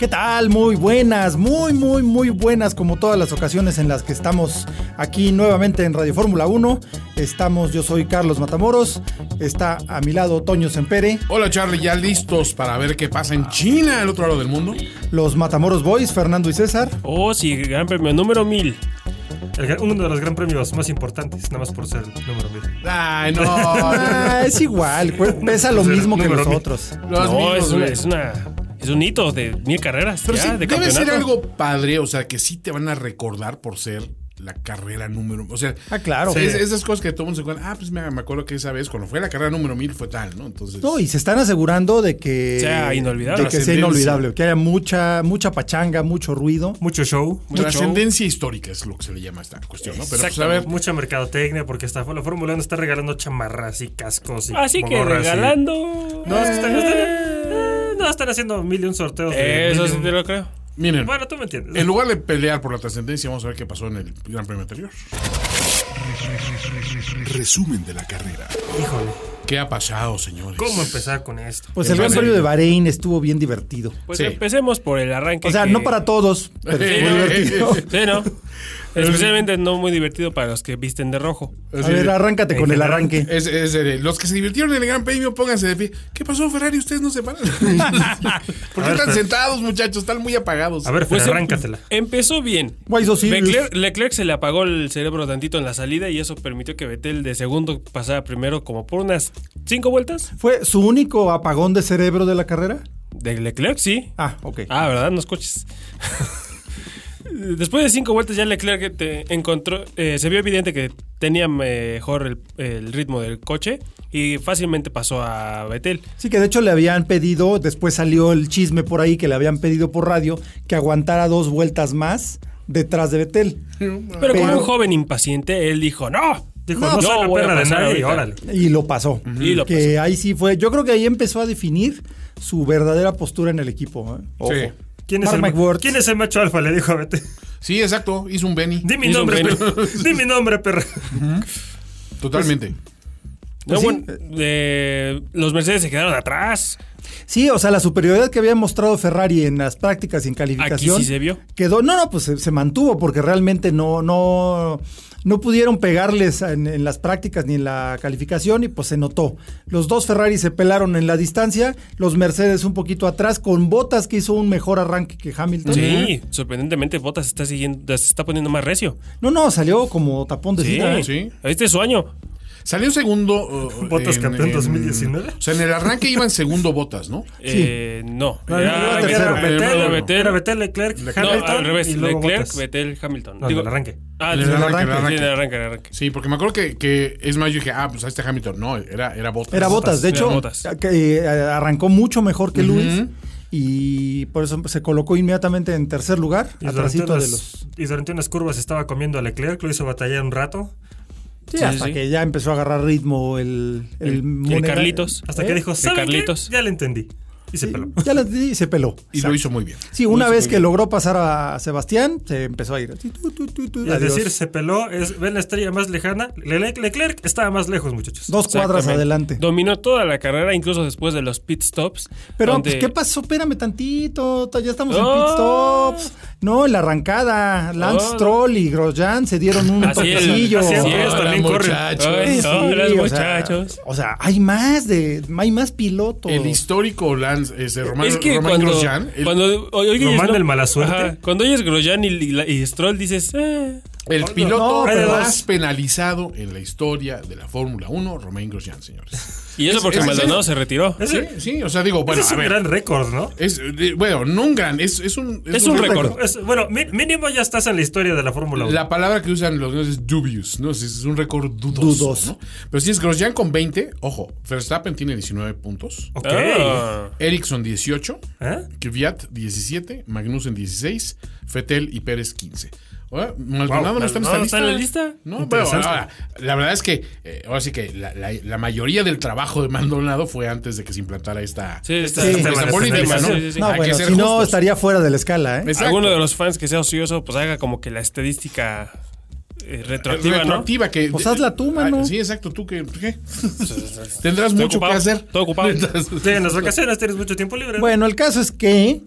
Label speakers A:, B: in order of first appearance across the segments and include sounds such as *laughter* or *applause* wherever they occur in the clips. A: ¿Qué tal? Muy buenas, muy, muy, muy buenas, como todas las ocasiones en las que estamos aquí nuevamente en Radio Fórmula 1. Estamos, yo soy Carlos Matamoros, está a mi lado Toño Sempere,
B: Hola Charlie, ¿ya listos para ver qué pasa en China, el otro lado del mundo?
A: los Matamoros Boys, Fernando y César.
C: Oh, sí, gran premio número 1000.
D: El gran- uno de los gran premios más importantes, nada más por ser el número mil.
B: Ay, no.
A: Ah, es igual, pues, pesa lo mismo que
D: Número mil.
A: nosotros.
B: Los
C: no,
B: mismos,
C: es, una,
B: güey.
C: es una- es un hito de mil carreras
B: Pero
C: ya,
B: sí,
C: de
B: debe
C: campeonato.
B: ser algo padre, o sea, que sí te van a recordar por ser la carrera número. O sea,
A: Ah, claro.
B: es- esas cosas que todo el mundo se acuerda. Ah, pues me, me acuerdo que esa vez, cuando fue la carrera número mil, fue tal, ¿no? Entonces.
A: No, y se están asegurando de que
C: Sea inolvidable.
A: de que sea inolvidable, que haya mucha, mucha pachanga, mucho ruido.
D: Mucho show,
B: Trascendencia histórica es lo que se le llama a esta cuestión, ¿no? Pero pues a ver,
D: mucha mercadotecnia, porque esta, la Fórmula 1 está regalando chamarras y cascos. Y
C: Así que
D: gorras y-
C: regalando.
D: No, es que están, están-
C: Eh,
D: eh, no, están haciendo mil y un sorteos. de
C: Eso
D: mil y
C: sí
D: un-
C: te lo creo.
B: miren,
D: Bueno, tú me entiendes.
B: en lugar de pelear por la trascendencia, vamos a ver qué pasó en el Gran Premio anterior.
E: Resumen de la carrera.
D: Híjole,
B: ¿Qué ha pasado, señores?
D: ¿cómo empezar con esto?
A: Pues el
B: Es
A: Gran
B: más,
A: Premio
B: el-
A: de Bahrein estuvo bien divertido.
C: Pues
B: Sí.
C: empecemos por el arranque.
A: O sea,
C: que-
A: no para todos, pero
B: Sí,
A: fue
B: no,
A: divertido.
B: eh,
C: *laughs* Sí, ¿no? Especialmente no muy divertido para los que visten de rojo.
A: A ver, arráncate con el arranque.
B: Es, es de los que se divirtieron en el Gran Premio, pónganse de pie. ¿Qué pasó, Ferrari? Ustedes no se paran. *laughs* ¿Por
D: *laughs* A
B: qué
D: ver,
B: están
D: Fer.
B: sentados, muchachos? Están muy apagados.
D: A ver,
C: Pues
D: pues
C: em-
D: arráncatela.
C: Empezó bien.
A: Why so serious?
C: Leclerc, Leclerc se le apagó el cerebro tantito en la salida y eso permitió que Vettel de segundo pasara primero como por unas cinco vueltas.
A: ¿Fue su único apagón de cerebro de la carrera?
C: De Leclerc, sí.
A: Ah, ok.
C: Ah, ¿verdad? No escuches. Después de cinco vueltas ya Leclerc te encontró, eh, se vio evidente que tenía mejor el, el ritmo del coche y fácilmente pasó a Vettel.
A: Sí, que de hecho le habían pedido, después salió el chisme por ahí que le habían pedido por radio que aguantara dos vueltas más detrás de Betel.
C: Pero como
A: Pero-
C: un joven impaciente, él dijo, no,
D: Dijo, no, soy la
C: voy a
D: perra de
C: pasar
D: nadie, y
C: ahorita".
D: órale.
A: Y lo pasó.
C: Y lo
A: que ahí sí fue. Yo creo que ahí empezó a definir su verdadera postura en el equipo. ¿eh? Ojo.
B: Sí.
D: ¿Quién es,
A: Mark
D: el,
A: McWhorth.
D: ¿Quién es el macho alfa? Le dijo a Vete.
B: Sí, exacto. Hizo un Benny.
D: Di mi
C: Hizo un
D: nombre,
C: Benny.
D: perra. *laughs* Di mi nombre, perra.
B: Totalmente.
C: No,
A: Pues sí.
C: bueno, eh, los Mercedes se quedaron atrás.
A: Sí, o sea, la superioridad que había mostrado Ferrari en las prácticas y en calificación.
C: Aquí sí se vio.
A: Quedó, no, no, pues se, se mantuvo porque realmente no, no, no pudieron pegarles en, en las prácticas ni en la calificación y pues se notó. Los dos Ferrari se pelaron en la distancia, los Mercedes un poquito atrás con Botas que hizo un mejor arranque que Hamilton.
C: Sí, sorprendentemente Bottas está siguiendo, se está poniendo más recio.
A: No, no, salió como tapón de
C: Sí,
A: cita, ¿eh?
B: sí.
C: Este es su año.
B: Salió segundo. eh,
D: Botas campeón 2019.
B: O sea, en el arranque iban segundo Botas, ¿no?
C: Eh, no.
A: No, era tercero.
D: Ah, Era
B: Vettel,
C: era
D: Betel,
C: Vettel.
D: era Betel, Leclerc,
C: No,
D: Hamilton.
C: al revés.
D: y luego
C: Leclerc,
D: Bottas.
C: Vettel, Hamilton.
D: No, en el arranque.
C: Ah,
B: En
C: sí,
B: el
C: en el
B: arranque,
C: arranque.
B: en el
C: sí, en el arranque, en el arranque.
B: Sí, porque me acuerdo que, que es más, yo dije, ah, pues a este Hamilton. No, era, era Botas.
A: Era Botas, de
C: Era
A: hecho,
C: Bottas.
A: que, eh, arrancó mucho mejor que Luis y por eso se colocó inmediatamente en tercer lugar,
D: Y durante,
A: atrásito de
D: unas,
A: los...
D: y durante unas curvas estaba comiendo a Leclerc, lo hizo batallar un rato,
A: Sí,
C: Sí,
A: hasta
C: sí.
A: que ya empezó a agarrar ritmo el... El,
C: El
A: moneda-
C: Carlitos.
D: hasta
A: ¿Eh?
D: que dijo, ¿saben
C: Carlitos.
D: Carlitos? Ya le entendí. Y se
A: Sí, pues,
D: peló.
A: *laughs* Ya la entendí y se peló.
B: Y lo
A: Exacto.
B: hizo muy bien.
A: Sí, una vez que logró pasar a Sebastián, se empezó a ir. así, tu, tu, tu, tu,
D: Y al
A: adiós.
D: decir se peló, es, ven la estrella más lejana. Leclerc, Leclerc estaba más lejos, muchachos.
A: Dos cuadras
C: Exactamente.
A: adelante.
C: Dominó toda la carrera, incluso después de los pit stops.
A: Pero,
C: donde-
A: pues, ¿qué pasó? Espérame tantito. ta- Ya estamos
C: Oh.
A: en pit stops. No, en la arrancada. Lance
C: Oh.
A: Troll y Grosjean se dieron un
C: Así es,
A: toquecillo.
C: así es,
D: Ellos
B: Hola,
D: también corren.
B: muchachos.
A: Sí,
C: Ay, no,
A: o
C: los
A: sea,
C: muchachos.
A: O sea, hay más de, hay más pilotos.
B: El histórico Lance, este, Román,
C: es que
B: Román
C: cuando,
B: Grosjean, el-
C: cuando o- oyes,
D: Román del mala suerte.
C: cuando oyes Grosjean y, y la- y Stroll dices, eh,
B: El
A: no,
B: piloto
A: pero-
B: más penalizado en la historia de la Fórmula 1, Romain
C: *laughs*
B: Grosjean, señores.
C: Y eso
B: Es-
C: porque
B: es-
C: Maldonado se retiró.
D: Ese,
B: Sí, sí, o sea, digo, bueno,
D: ese es
B: a
D: un
B: ver,
D: gran récord, ¿no?
B: es, eh, bueno, no un gran, es, es un...
C: Es un récord.
D: Es- bueno, mi- mínimo ya estás en la historia de la Fórmula 1.
B: La palabra que usan los gringos es dubious, ¿no? Es- Es un récord dudoso.
A: Dudoso.
B: ¿no? Pero si es Grosjean con 20, ojo, Verstappen tiene 19 puntos,
D: Ok.
C: Ah.
B: Ericsson 18,
D: ¿Eh?
B: Kvyat 17, Magnussen 16, Fetel y Pérez 15. Ahora, Maldonado no está en
C: ¿Maldonado
B: esta lista.
C: está en la lista?
B: No, pero
D: Interesante.
B: ahora, la verdad es que eh, ahora sí que la, la- la mayoría del trabajo de Maldonado fue antes de que se implantara esta,
C: Sí,
B: esta,
C: sí.
B: esta
D: Sí,
B: política,
C: sí,
B: ¿no?
C: sí, sí.
B: Hay
A: No,
B: que
A: bueno,
B: ser
A: si no
B: justos.
A: estaría fuera de la escala, ¿eh?
B: Exacto.
C: pues, Alguno de los fans que sea ocioso, pues haga como que la estadística eh, retroactiva,
B: retroactiva que
A: Pues hazla tú, mano.
B: Ah, Sí, exacto, tú que ¿qué? *laughs* tendrás mucho
C: ocupado,
B: que hacer.
C: estoy ocupado.
B: Entonces,
D: Sí, en las vacaciones tienes mucho tiempo libre.
A: Bueno, el caso es que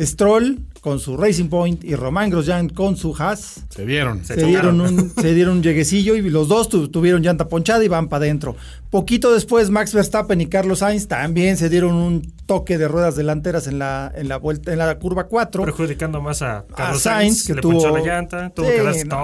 A: Stroll con su Racing Point y Román Grosjean con su Haas
B: se vieron.
D: Se-
A: se
D: chocaron.
A: dieron, un, se dieron un lleguecillo y los dos tu- tuvieron llanta ponchada y van para adentro. Poquito después, Max Verstappen y Carlos Sainz también se dieron un toque de ruedas delanteras en la, en la, vuelta, en la curva 4.
D: perjudicando más a Carlos
A: Sainz,
D: Sainz,
A: que
D: le ponchó
A: tuvo-
D: la llanta, tuvo
A: Sí,
D: que darse
A: no.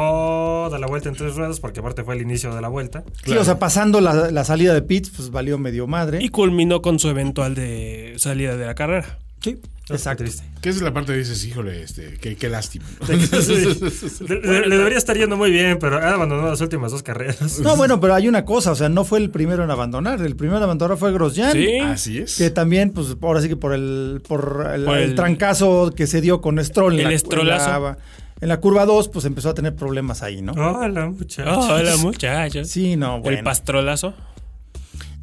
D: toda la vuelta en tres ruedas, porque aparte fue el inicio de la vuelta.
A: Sí, o sea, pasando la, la salida de pits, pues valió medio madre.
C: Y culminó con su eventual de salida de la carrera.
A: sí,
D: Qué
A: exacto.
D: triste.
B: Que esa es la parte que dices, híjole, este, qué, qué lástima.
D: *laughs*
C: *laughs*
D: Sí. Le, le- le debería estar yendo muy bien, pero ha abandonado las últimas dos carreras.
A: No, bueno, pero hay una cosa, o sea, no fue el primero en abandonar. El primero en abandonar fue Grosjean.
C: Sí.
B: *laughs* Así es.
A: Que también, pues ahora sí que por el, por el,
C: Por el-
A: el trancazo que se dio con Stroll en,
C: El
A: la,
C: estrolazo.
A: en la- en la curva 2, pues empezó a tener problemas ahí, ¿no?
D: Hola, muchachos.
C: Ah, hola, muchachos.
A: Sí, no, bueno.
C: El pastrolazo.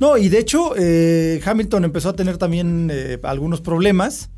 A: No, y de hecho, eh, Hamilton empezó a tener también eh, algunos problemas.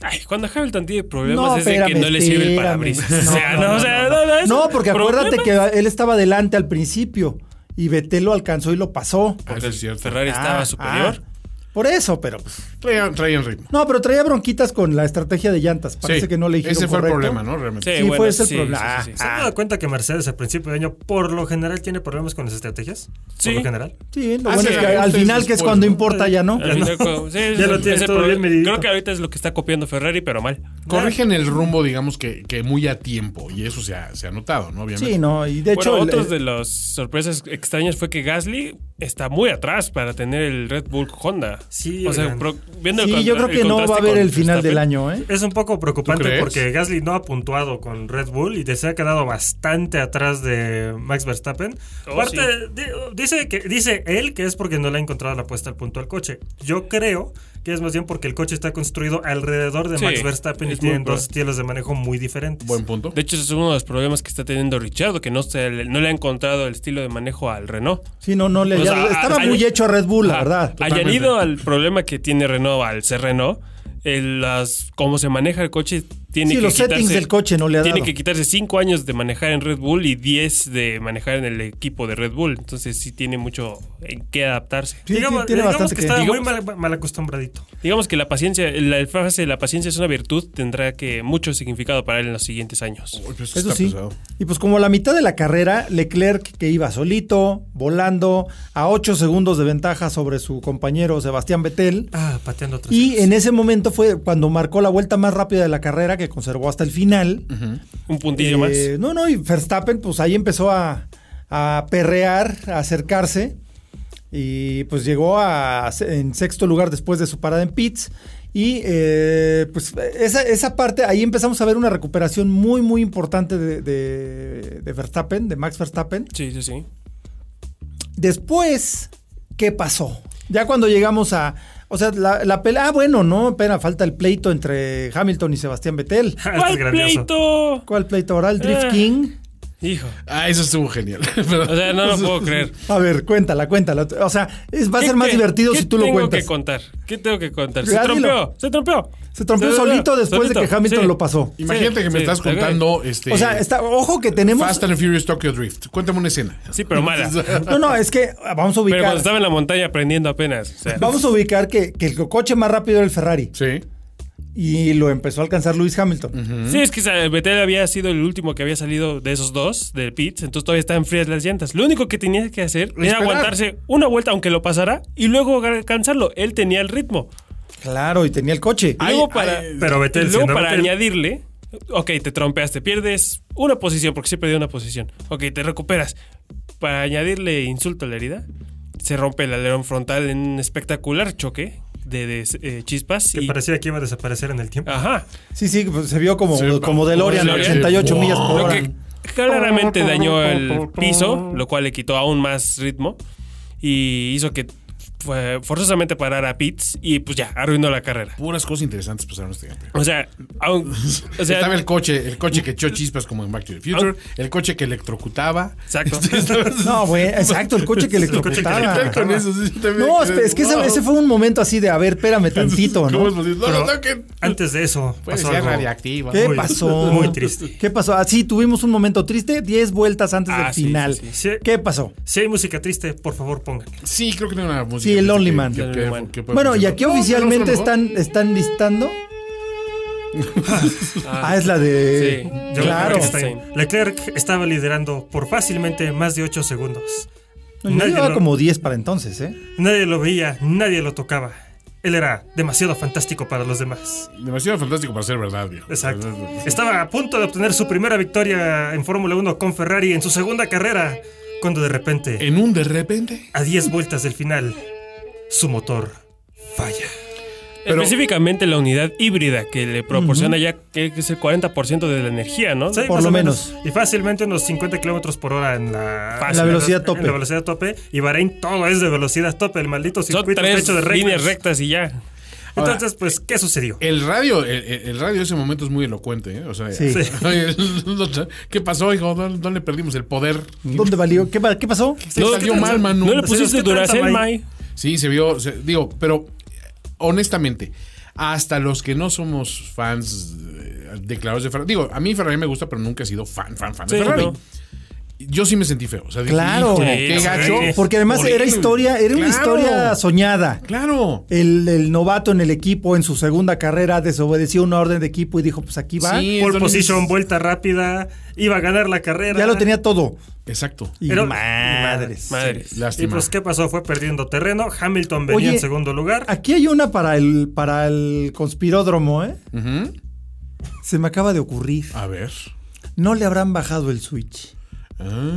C: Ay, cuando Hamilton tiene problemas
A: No,
C: es de que
A: espérame,
C: no le sirve el
A: espérame.
C: parabrisas.
A: *laughs* No,
C: o sea,
A: no,
C: no, o
A: no,
C: sea,
A: no,
C: no, no, es
A: no,
C: un
A: porque acuérdate
C: problema.
A: que él estaba adelante al principio y Vettel lo alcanzó y lo pasó.
B: Ah, eso es cierto.
C: Ferrari
A: Ah,
C: estaba superior.
A: ah, por eso, pero pues,
B: Traían, traían ritmo.
A: No, pero traía bronquitas con la estrategia de llantas. Parece
B: Sí,
A: que no le dijeron
B: Ese fue
A: correcto.
B: el problema, ¿no? Realmente.
A: Sí, fue ese el problema. Ah,
C: sí, sí, sí.
D: ¿Se han dado cuenta que Mercedes al principio de año, por lo general, tiene problemas con las estrategias?
C: Sí.
D: Por lo general.
A: Sí, lo
B: Ah,
A: bueno
B: sí,
A: es que
B: sí,
A: al
B: sí,
A: final,
B: sí,
A: que es
B: después,
A: cuando
B: ¿no?
A: importa ya, ¿no.
C: Al final, como- sí, sí,
D: Ya lo
C: sí,
D: tiene
C: ese
D: todo
C: problema-
D: bien medidito.
C: Creo que ahorita es lo que está copiando Ferrari, pero mal.
B: Corrigen el rumbo, digamos, que, que muy a tiempo. Y eso se ha, se ha notado, ¿no? Obviamente.
A: Sí, no, y de hecho.
C: bueno,
A: el-
C: otras de las sorpresas extrañas fue que Gasly está muy atrás para tener el Red Bull Honda.
D: Sí,
C: o sea,
D: oigan.
C: pro- viendo el
A: sí, yo
C: contra-
A: creo que
C: el
A: no va a
C: contraste
A: haber
C: con
A: el final del
C: Verstappen,
A: año, ¿eh?
D: Es un poco
B: ¿Tú
D: preocupante
B: crees?
D: porque Gasly no ha puntuado con Red Bull y se ha quedado bastante atrás de Max Verstappen.
C: Oh,
D: Aparte,
C: sí.
D: di- dice, que, dice él que es porque no le ha encontrado la puesta al punto al coche. Yo creo que es más bien porque el coche está construido alrededor de
C: Sí,
D: Max Verstappen y
C: es muy
D: tienen
C: probable.
D: dos estilos de manejo muy diferentes.
B: Buen punto.
C: De hecho, ese es uno de los problemas que está teniendo Richardo, que no, se, le- no le ha encontrado el estilo de manejo al Renault.
A: Sí, no, no le.
C: O
A: ya-
C: sea,
A: estaba
C: hay-
A: muy hecho a Red Bull, Uh, la
C: Ah,
A: verdad.
C: Hayan ido al problema que tiene Renault al ser Renault, el- las, cómo se maneja el coche, tiene
A: Sí,
C: que
A: los settings
C: quitarse-
A: del coche no le ha
C: tiene
A: dado.
C: que quitarse 5 años de manejar en Red Bull y 10 de manejar en el equipo de Red Bull. Entonces sí tiene mucho en qué adaptarse.
A: Sí,
D: digamos,
A: sí, tiene
D: digamos
A: bastante
D: que
A: que-
D: está muy
C: digamos-
D: mal, mal acostumbradito.
C: Digamos que la paciencia, la frase de la paciencia es una virtud, tendrá que mucho significado para él en los siguientes años.
B: Uy, pero esto
A: Eso
B: está
A: sí.
B: pesado.
A: Y pues como a la mitad de la carrera, Leclerc que iba solito, volando, a 8 segundos de ventaja sobre su compañero Sebastián Vettel.
D: Ah, pateando atrás.
A: Y en ese momento fue cuando marcó la vuelta más rápida de la carrera que conservó hasta el final.
C: Un puntillo más.
A: Eh, No, no, y Verstappen, pues ahí empezó a, a perrear, a acercarse. Y pues llegó a, en sexto lugar después de su parada en pits. Y eh, pues esa, esa parte, ahí empezamos a ver una recuperación muy, muy importante de, de- de Verstappen, de Max Verstappen.
C: Sí, sí, sí.
A: Después, ¿qué pasó? Ya cuando llegamos a. O sea, la, la pelea. Ah, bueno, no, espera, falta el pleito entre Hamilton y Sebastián Vettel.
D: *laughs* Ah, esto es
C: ¡Cuál
D: grandioso.
C: pleito!
A: ¿Cuál pleito oral? Drift
C: Eh.
A: King.
C: Hijo.
B: Ah, eso estuvo genial. *laughs*
C: O sea, no lo puedo creer.
A: A ver, cuéntala, cuéntala. O sea, es- va a
C: ¿Qué
A: ser más
C: te-
A: divertido
C: qué
A: si tú lo
C: tengo
A: cuentas.
C: que contar? ¿Qué tengo que contar? Se
A: Ya,
C: trompeó,
A: dilo.
C: se trompeó.
A: Se trompeó solito después de que Hamilton lo pasó.
B: Imagínate
C: Sí,
B: que me
C: sí,
B: estás
C: ok.
B: contando este,
A: O sea, está, ojo que tenemos.
B: Fast and Furious Tokyo Drift. Cuéntame una escena.
C: Sí, pero
B: *laughs*
C: mala. Pero
A: No, no, es que ah, vamos a
C: cuando
A: ubicar.
C: estaba en la montaña aprendiendo apenas. o sea,
A: Vamos a ubicar que, que el coche más rápido era el Ferrari.
B: Sí.
A: Y lo empezó a alcanzar Lewis Hamilton.
C: Sí, es que sa- Vettel había sido el último que había salido de esos dos, de Pitts, entonces todavía estaban frías las llantas. Lo único que tenía que hacer era
B: Esperar.
C: aguantarse una vuelta, aunque lo pasara, y luego alcanzarlo. Él tenía el ritmo.
A: Claro, y tenía el coche.
C: Y luego para,
D: Pero Vettel,
C: y luego
D: siendo
C: para
D: Vettel-
C: añadirle, Ok, te trompeaste, pierdes una posición, porque sí perdí una posición. Ok, te recuperas. Para añadirle insulto a la herida, se rompe el alerón frontal en un espectacular choque de, des- eh, chispas.
D: Que
C: y- Ah.
D: parecía que iba a desaparecer en el tiempo.
C: Ajá.
A: Sí, sí, pues, se vio como,
B: Sí,
A: como DeLorean,
C: como DeLorean.
A: 88 millas por
C: Lo
A: hora.
C: que claramente dañó el piso, lo cual le quitó aún más ritmo y hizo que fue- forzosamente parara a Pitts y pues ya, arruinó la carrera.
B: Puras cosas interesantes pasaron este Gran Premio.
C: O sea, aún, o sea,
B: Estaba el coche, el coche que echó chispas como en Back to the Future, el coche que electrocutaba. *laughs*
C: Exacto.
A: No, güey, exacto, el coche que electrocutaba.
B: Con eso, sí, también
A: No,
B: crees,
A: espe- es que ese,
B: wow.
A: ese fue un momento así de, a ver, espérame tantito,
B: ¿Cómo es
A: ¿no?
B: posible? No
D: Pero-
B: lo toquen.
D: Antes de eso,
B: Puede
D: pasó
B: ser
D: algo.
B: radiactiva.
A: ¿Qué
D: Muy-
A: pasó?
D: muy triste.
A: ¿Qué pasó? Ah, sí, tuvimos un momento triste, 10 vueltas antes
C: Ah,
A: del
C: sí,
A: final.
C: sí,
D: sí. Pues,
A: ¿Qué pasó?
D: Si hay música triste, por favor, pongan.
B: Sí, creo que no era una música.
A: Sí, el
B: que-
A: Lonely
B: que-
A: Man.
B: que-
C: El
B: que-
C: Man.
B: pues, que-
A: Bueno, y aquí
B: No,
A: oficialmente
B: no, no, no, no.
A: están, están listando. Ah, es la de.
C: Sí. Yo
A: Claro.
C: creo que está ahí.
D: Leclerc estaba liderando por fácilmente más de 8 segundos.
A: No, yo
D: Nadie
A: llevaba
D: lo-
A: como 10 para entonces, ¿eh?
D: Nadie lo veía, nadie lo tocaba. Él era demasiado fantástico para los demás.
B: Demasiado fantástico para ser verdad, viejo.
D: Exacto.
B: Verdad.
D: Estaba a punto de obtener su primera victoria en Fórmula 1 con Ferrari en su segunda carrera, cuando de repente,
B: En un de repente.
D: a 10 vueltas del final, su motor falla.
B: Pero-
C: Específicamente la unidad híbrida que le proporciona ya que que es el 40% de la energía, ¿no?
D: Sí,
A: Por
D: más
A: lo
D: o
A: menos.
D: Y fácilmente unos 50 kilómetros por hora en la,
C: Fácil. La
A: velocidad
D: en
A: tope.
D: la velocidad tope. Y Bahrein todo es de velocidad tope. El maldito
C: Son
D: circuito está
C: tres
D: hecho de rectas.
C: líneas rectas Eh, y ya.
D: Entonces, pues, ¿qué sucedió?
B: El radio, el, el- el radio de ese momento es muy elocuente, ¿eh? O sea, *laughs*
A: Sí.
D: Sí.
B: ¿qué pasó, hijo? ¿Dó- ¿Dónde perdimos el poder?
A: ¿Dónde valió? ¿Qué, pa- qué pasó?
B: Se salió
C: ¿qué
B: mal,
C: tranza?
B: Manu.
C: ¿No le
D: O sea, ¿qué
C: pusiste
D: tranza,
C: Duracell,
D: May?
C: May?
B: Sí, se vio, se- digo, pero honestamente, hasta los que no somos fans eh, declarados de Ferrari, digo, a mí Ferrari me gusta, pero nunca he sido fan, fan, fan de
C: Sí,
B: Ferrari.
C: no.
B: Yo sí me sentí feo. O sea, dije,
A: Claro.
B: "Híjole,
C: Sí,
B: qué
C: sí,
B: gacho.
C: sí.
A: Porque además
B: Horrible.
A: era historia, era una
B: Claro,
A: historia soñada.
B: Claro.
A: El, el novato en el equipo en su segunda carrera desobedeció una orden de equipo y dijo, pues aquí va.
C: eh,
B: Sí,
D: Pole
B: entonces-
D: position, vuelta rápida, iba a ganar la carrera.
A: Ya lo tenía todo.
B: Exacto.
A: Y
D: Pero-
A: madres.
C: Madres.
D: Y
B: Lástima.
D: pues, ¿qué pasó? Fue perdiendo terreno. Hamilton venía
A: Oye,
D: en segundo lugar.
A: Aquí hay una para el, para el conspiródromo, ¿eh?
B: Ujú.
A: Se me acaba de ocurrir.
B: A ver.
A: No le habrán bajado el switch.
B: Ah.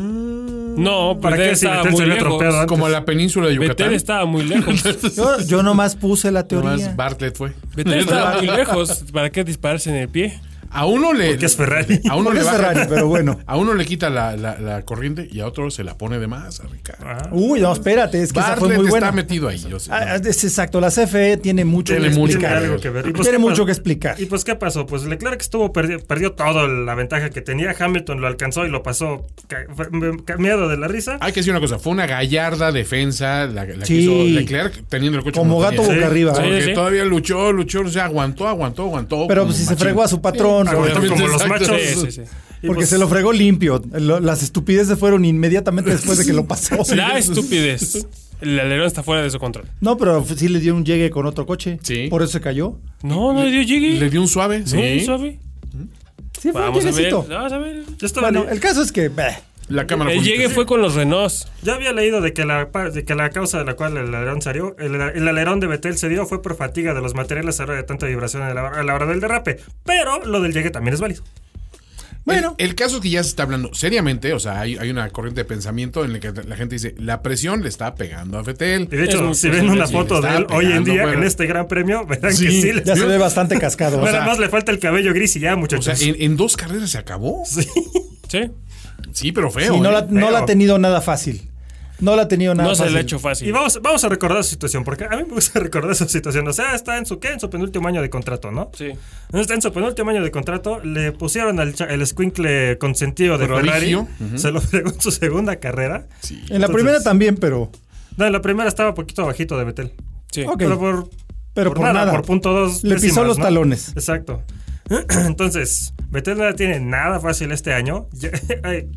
C: No,
D: ¿Para
C: ¿para
D: qué
C: qué
D: si
C: estaba
D: Vettel se
C: muy
D: había tropeado
C: lejos.
D: antes?
B: Como la península de Yucatán.
C: Vettel estaba muy lejos.
A: Yo, yo nomás puse la teoría.
B: Nomás Bartlett fue.
C: Vettel estaba muy lejos. ¿Para qué dispararse en el pie?
B: A uno le.
D: Porque es Ferrari.
B: A uno
A: Porque
B: le
A: es
B: baja-
A: Ferrari, pero
B: *laughs*
A: bueno.
B: A uno le quita la, la- la corriente y a otro se la pone de más, a Ricardo.
D: Ah.
A: Uy, no, espérate, es que esa fue
B: Bartlett
A: muy
B: está
A: buena.
B: metido ahí. yo sé.
A: Ah, es exacto, la CFE tiene mucho
B: Tiene
A: que
B: mucho
D: Tiene
A: explicar.
D: algo que ver. Y pues,
A: Tiene
D: ¿qué
A: mucho
D: pasó?
A: que explicar.
D: Y pues, ¿qué pasó? Pues Leclerc estuvo perdi- perdió toda la ventaja que tenía. Hamilton lo alcanzó y lo pasó ca- fue- me- cambiado de la risa.
A: Ah,
B: Hay que decir una cosa, fue una gallarda defensa la, la
A: Sí.
B: que hizo Leclerc teniendo el coche
A: Como gato
B: tenía.
A: boca arriba.
C: Sí,
B: Porque
C: sí.
B: todavía luchó, luchó, o sea, aguantó, aguantó, aguantó.
A: Pero
B: como
A: pues, si se
B: machín.
A: fregó a su patrón,
B: Sí,
D: Aguantó
B: obviamente,
D: como los
B: exacto.
D: machos.
C: Sí, sí, sí.
D: Y
A: porque
D: pues,
A: se lo fregó limpio. Lo- las estupideces fueron inmediatamente después de que lo pasó. *laughs*
C: La estupidez. El alerón está fuera de su control.
A: No, pero sí le dio un llegue con otro coche.
B: Sí.
A: Por eso se cayó.
C: No, no le dio Jiggy.
B: Le dio un suave,
C: No,
B: sí.
C: suave.
A: Sí, fue
C: Vamos
A: un
C: a ver.
A: lleguecito.
C: Vamos a ver.
D: yo estaba
A: Bueno,
D: le-
A: el caso es que. bah,
B: La cámara
C: El
B: pública.
C: llegue fue con los Renaults.
D: Yo había leído de que, la, pa- de que la causa de la cual el alerón se dio, el, el alerón de Betel se dio fue por fatiga de los materiales a la hora de tanta vibración a la, hora- a la hora del derrape. Pero lo del llegue también es válido.
A: Bueno.
B: El, el caso es que ya se está hablando seriamente, o sea, hay, hay una corriente de pensamiento en la que la gente dice, la presión le está pegando a Fetel.
D: Y de hecho,
C: Es muy
D: si ven
C: posible,
D: una
B: sí,
D: foto
B: está
D: de él hoy en
B: pegando
D: día
B: fuera.
D: en este gran premio, verán que
B: Sí,
D: sí. le-
A: ya se ve bastante cascado.
D: Nada
B: sea-
D: más le falta el cabello gris y ya,
B: O
D: muchachos.
B: sea, en, en dos carreras se acabó.
D: Sí.
C: Sí.
B: Sí, pero
A: Sí,
B: feo.
A: no,
B: ¿eh?
A: la, no
D: feo.
A: la ha tenido nada fácil. No la ha tenido nada
C: No se
A: fácil.
C: le ha hecho
D: Y
C: fácil.
D: vamos, vamos a recordar su situación, porque a mí me gusta *laughs* recordar su situación. O sea, está en su, ¿qué? En su penúltimo año de contrato, ¿no?
C: Sí.
D: Está en su penúltimo año de contrato, le pusieron al cha- el escuincle consentido de Ferrari.
B: Prodigio.
D: Se lo *laughs* fregó en su segunda carrera.
B: Sí.
A: En la primera también, pero.
D: No, en la primera estaba poquito bajito de Betel.
C: Sí.
A: Ok.
D: Pero por,
A: Pero por nada.
D: por punto dos.
A: Le pisó los talones.
D: Exacto. *clears throat* Entonces, Betel no la tiene nada fácil este año. *laughs* Ya- hay,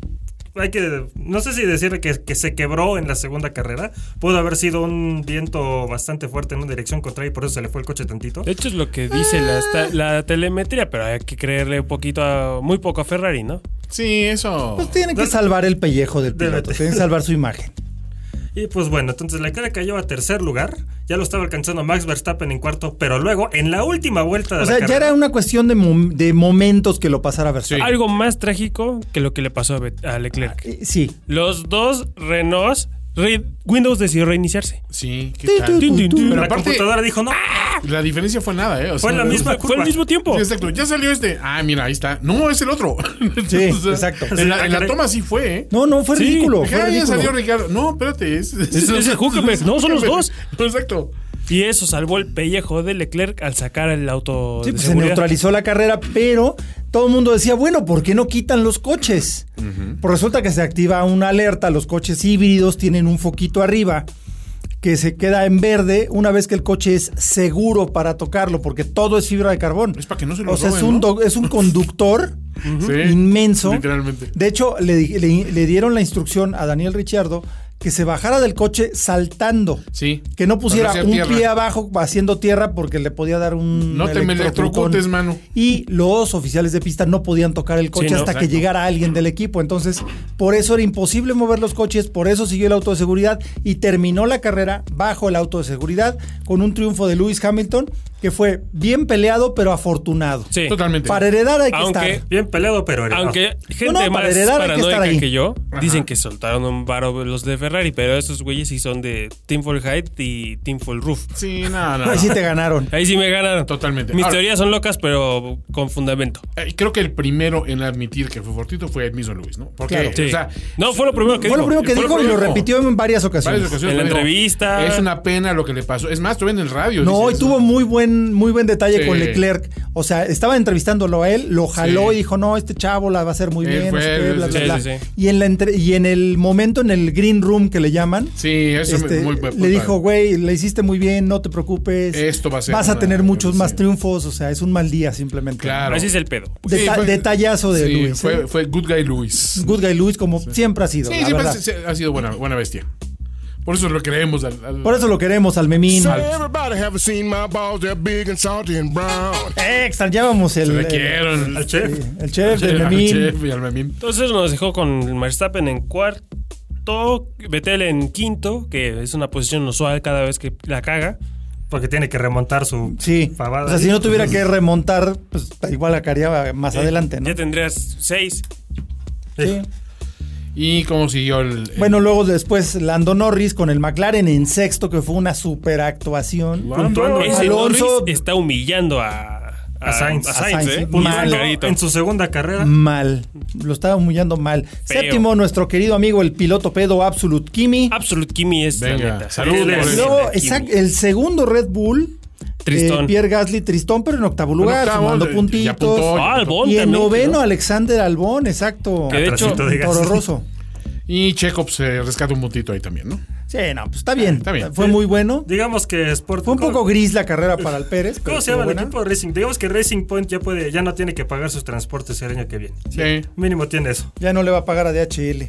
D: hay que. No sé si decir que, que se quebró en la segunda carrera. Pudo haber sido un viento bastante fuerte en una dirección contraria y por eso se le fue el coche tantito.
C: De hecho, es lo que dice la, esta- la telemetría, pero hay que creerle un poquito a, muy poco a Ferrari, ¿no?
B: Sí, eso.
A: Pues tienen que salvar el pellejo del
D: Debe
A: piloto.
D: de-
A: Tienen que salvar su imagen.
D: Y pues bueno, entonces Leclerc cayó a tercer lugar. Ya lo estaba alcanzando Max Verstappen en cuarto, pero luego en la última vuelta de
A: O
D: la
A: sea, ya
D: carrera-
A: era una cuestión de, mom- de momentos que lo pasara Verstappen.
C: Algo más trágico que lo que le pasó a, Bet- a Leclerc.
A: Eh, Sí.
C: Los dos Renaults, re- Windows decidió reiniciarse.
B: Sí, qué
A: Tin,
B: tal.
A: tin, tin, tin.
B: Pero
D: la
B: aparte,
D: computadora dijo no.
B: la diferencia fue nada, ¿eh? O
D: Fue
B: sea,
D: la
B: no-
D: misma
C: Fue
D: curva.
C: al mismo tiempo.
B: Sí, exacto. Ya salió este. Ah, mira, ahí está. No, es el otro. *laughs*
A: Sí,
B: O sea,
A: exacto.
B: En la, en la toma sí fue, ¿eh?
A: No, no, fue
C: Sí.
A: ridículo.
B: Dije,
A: fue
B: ah, ya
A: ridículo.
B: salió Ricardo. No, espérate. Es,
C: es el
B: *laughs*
C: Huckenberg. No, son los dos.
B: Exacto.
C: Y eso salvó el pellejo de Leclerc al sacar el auto
A: Sí,
C: de
A: pues se
C: seguridad.
A: neutralizó la carrera, pero todo el mundo decía, bueno, ¿por qué no quitan los coches? Pues resulta que se activa una alerta, los coches híbridos tienen un foquito arriba que se queda en verde una vez que el coche es seguro para tocarlo, porque todo es fibra de carbón.
B: Es para que no se lo
A: O sea, es
B: roben,
A: un,
B: ¿no?
A: do- es un conductor
B: Sí,
A: inmenso.
B: Literalmente.
A: De hecho, le, di- le- le dieron la instrucción a Daniel Ricciardo que se bajara del coche saltando.
B: Sí.
A: Que no pusiera
B: Para no
A: un
B: hacer
A: pie
B: tierra.
A: abajo haciendo tierra porque le podía dar un.
B: No te me
A: electrocutón.
B: electrocutes, mano.
A: Y los oficiales de pista no podían tocar el coche
C: Sí, no,
A: hasta que
B: exacto.
A: llegara alguien del equipo. Entonces, por eso era imposible mover los coches, por eso siguió el auto de seguridad y terminó la carrera bajo el auto de seguridad con un triunfo de Lewis Hamilton que fue bien peleado pero afortunado.
C: Sí.
B: Totalmente.
A: Para heredar hay que
C: Aunque-
A: estar.
D: Bien peleado, pero era.
A: Ah.
C: Aunque gente
A: No, no, para
C: más
A: heredar hay que estar
C: paranoica
A: ahí.
C: que, yo dicen que soltaron un varo los de Ferrari, pero esos güeyes sí son de Team Full Height y Team Full Roof.
B: Sí, nada, nada.
A: Ahí sí te ganaron.
C: Ahí sí me ganan.
B: Totalmente.
C: Mis
B: Ahora-
C: teorías son locas, pero con fundamento.
B: Eh, Creo que el primero en admitir que fue fortito fue el mismo Luis, ¿no? Porque,
A: Claro.
B: o sea,
C: Sí. no, fue lo primero que
A: Fue lo
C: dijo.
A: primero que
B: Fue lo
A: dijo y lo
B: primero.
A: repitió en varias
B: varias
A: ocasiones.
B: ocasiones
C: En la
B: me dijo,
C: entrevista.
B: Es una pena lo que le pasó. Es más, estuve en el radio.
A: No, y
B: dices,
A: tuvo muy buen, muy buen detalle
B: Sí.
A: con Leclerc. O sea, estaba entrevistándolo a él, lo jaló
B: Sí.
A: y dijo, no, este chavo la va a hacer muy
B: Él
A: bien. no
B: fue,
A: sé qué, bla,
B: sí,
A: bla,
C: sí,
A: bla.
C: sí, sí.
A: Y, en la entre- y en el momento, en el green room que le llaman,
B: Sí, eso me-
A: este,
B: muy, muy
A: le
B: padre.
A: dijo, güey, le hiciste muy bien, no te preocupes.
B: Esto va a ser
A: Vas a
B: una-
A: tener muchos más
B: sí.
A: triunfos, o sea, es un mal día simplemente.
B: Claro.
C: Así es el pedo.
A: Deta-
B: Sí, fue-
A: detallazo de
B: sí,
A: Luis.
B: Fue,
A: ¿eh?
B: fue Good Guy Luis.
A: Good Guy Luis, como siempre ha sido.
B: Sí,
A: la
B: siempre
A: verdad.
B: se- se- ha sido buena, buena bestia. Por eso lo creemos. Al, al-
A: Por eso lo queremos al memín.
F: So everybody haven't seen my balls, they're big and salty and brown.
A: Eh, extrañábamos el,
B: se le
A: el-
B: quieren.
D: Al chef.
A: el chef, el
B: Al
A: memín.
B: chef y al memín.
C: Entonces nos dejó con Verstappen en cuarto, Vettel en quinto, que es una posición usual cada vez que la caga.
D: Porque tiene que remontar su
A: Sí.
D: pavada.
A: o sea,
D: ahí.
A: si no tuviera que remontar, pues igual acaría más adelante, ¿no?
C: Ya tendrías seis.
A: Sí.
B: Y cómo siguió el. el-
A: Bueno, luego después Lando Norris con el McLaren en sexto, que fue una super actuación.
D: Puntuando.
C: Ese
A: Alonso-
C: Norris está humillando a,
D: A Sainz.
C: A Sainz,
A: A Sainz,
C: ¿eh?
A: sí.
C: Puntuando
A: Mal.
C: clarito.
D: En su segunda carrera.
A: Mm, Mal. Lo estaba humillando mal.
C: Feo.
A: Séptimo, nuestro querido amigo, el piloto pedo Absolute Kimi.
C: Absolute Kimi es
B: Venga,
C: la neta.
B: salud
C: Es la
B: por
C: leyenda
B: él.
A: Luego,
C: Kimi.
A: exacto, el segundo Red Bull.
C: Tristón.
A: eh, Pierre Gasly Tristón, pero en octavo lugar,
B: octavo,
A: sumando
B: eh, ya
A: puntitos.
B: apuntó.
C: Ah, Albon
A: y en
C: también,
A: noveno,
C: ¿no?
A: Alexander Albón, exacto.
C: Que de hecho,
D: Atrasito de gas.
A: Toro Rosso.
B: Y Chekhov se rescata un puntito ahí también, ¿no?
A: Sí, no, pues está bien.
B: Está bien.
A: Fue muy bueno.
D: Digamos que Sport.
A: Fue un poco gris la carrera para el Pérez. pero
D: ¿Cómo se llama
A: estuvo
D: el
A: buena.
D: equipo de Racing? Digamos que Racing Point ya puede, ya no tiene que pagar sus transportes el año que viene.
B: Sí.
D: Mínimo tiene eso.
A: Ya no le va a pagar a DHL.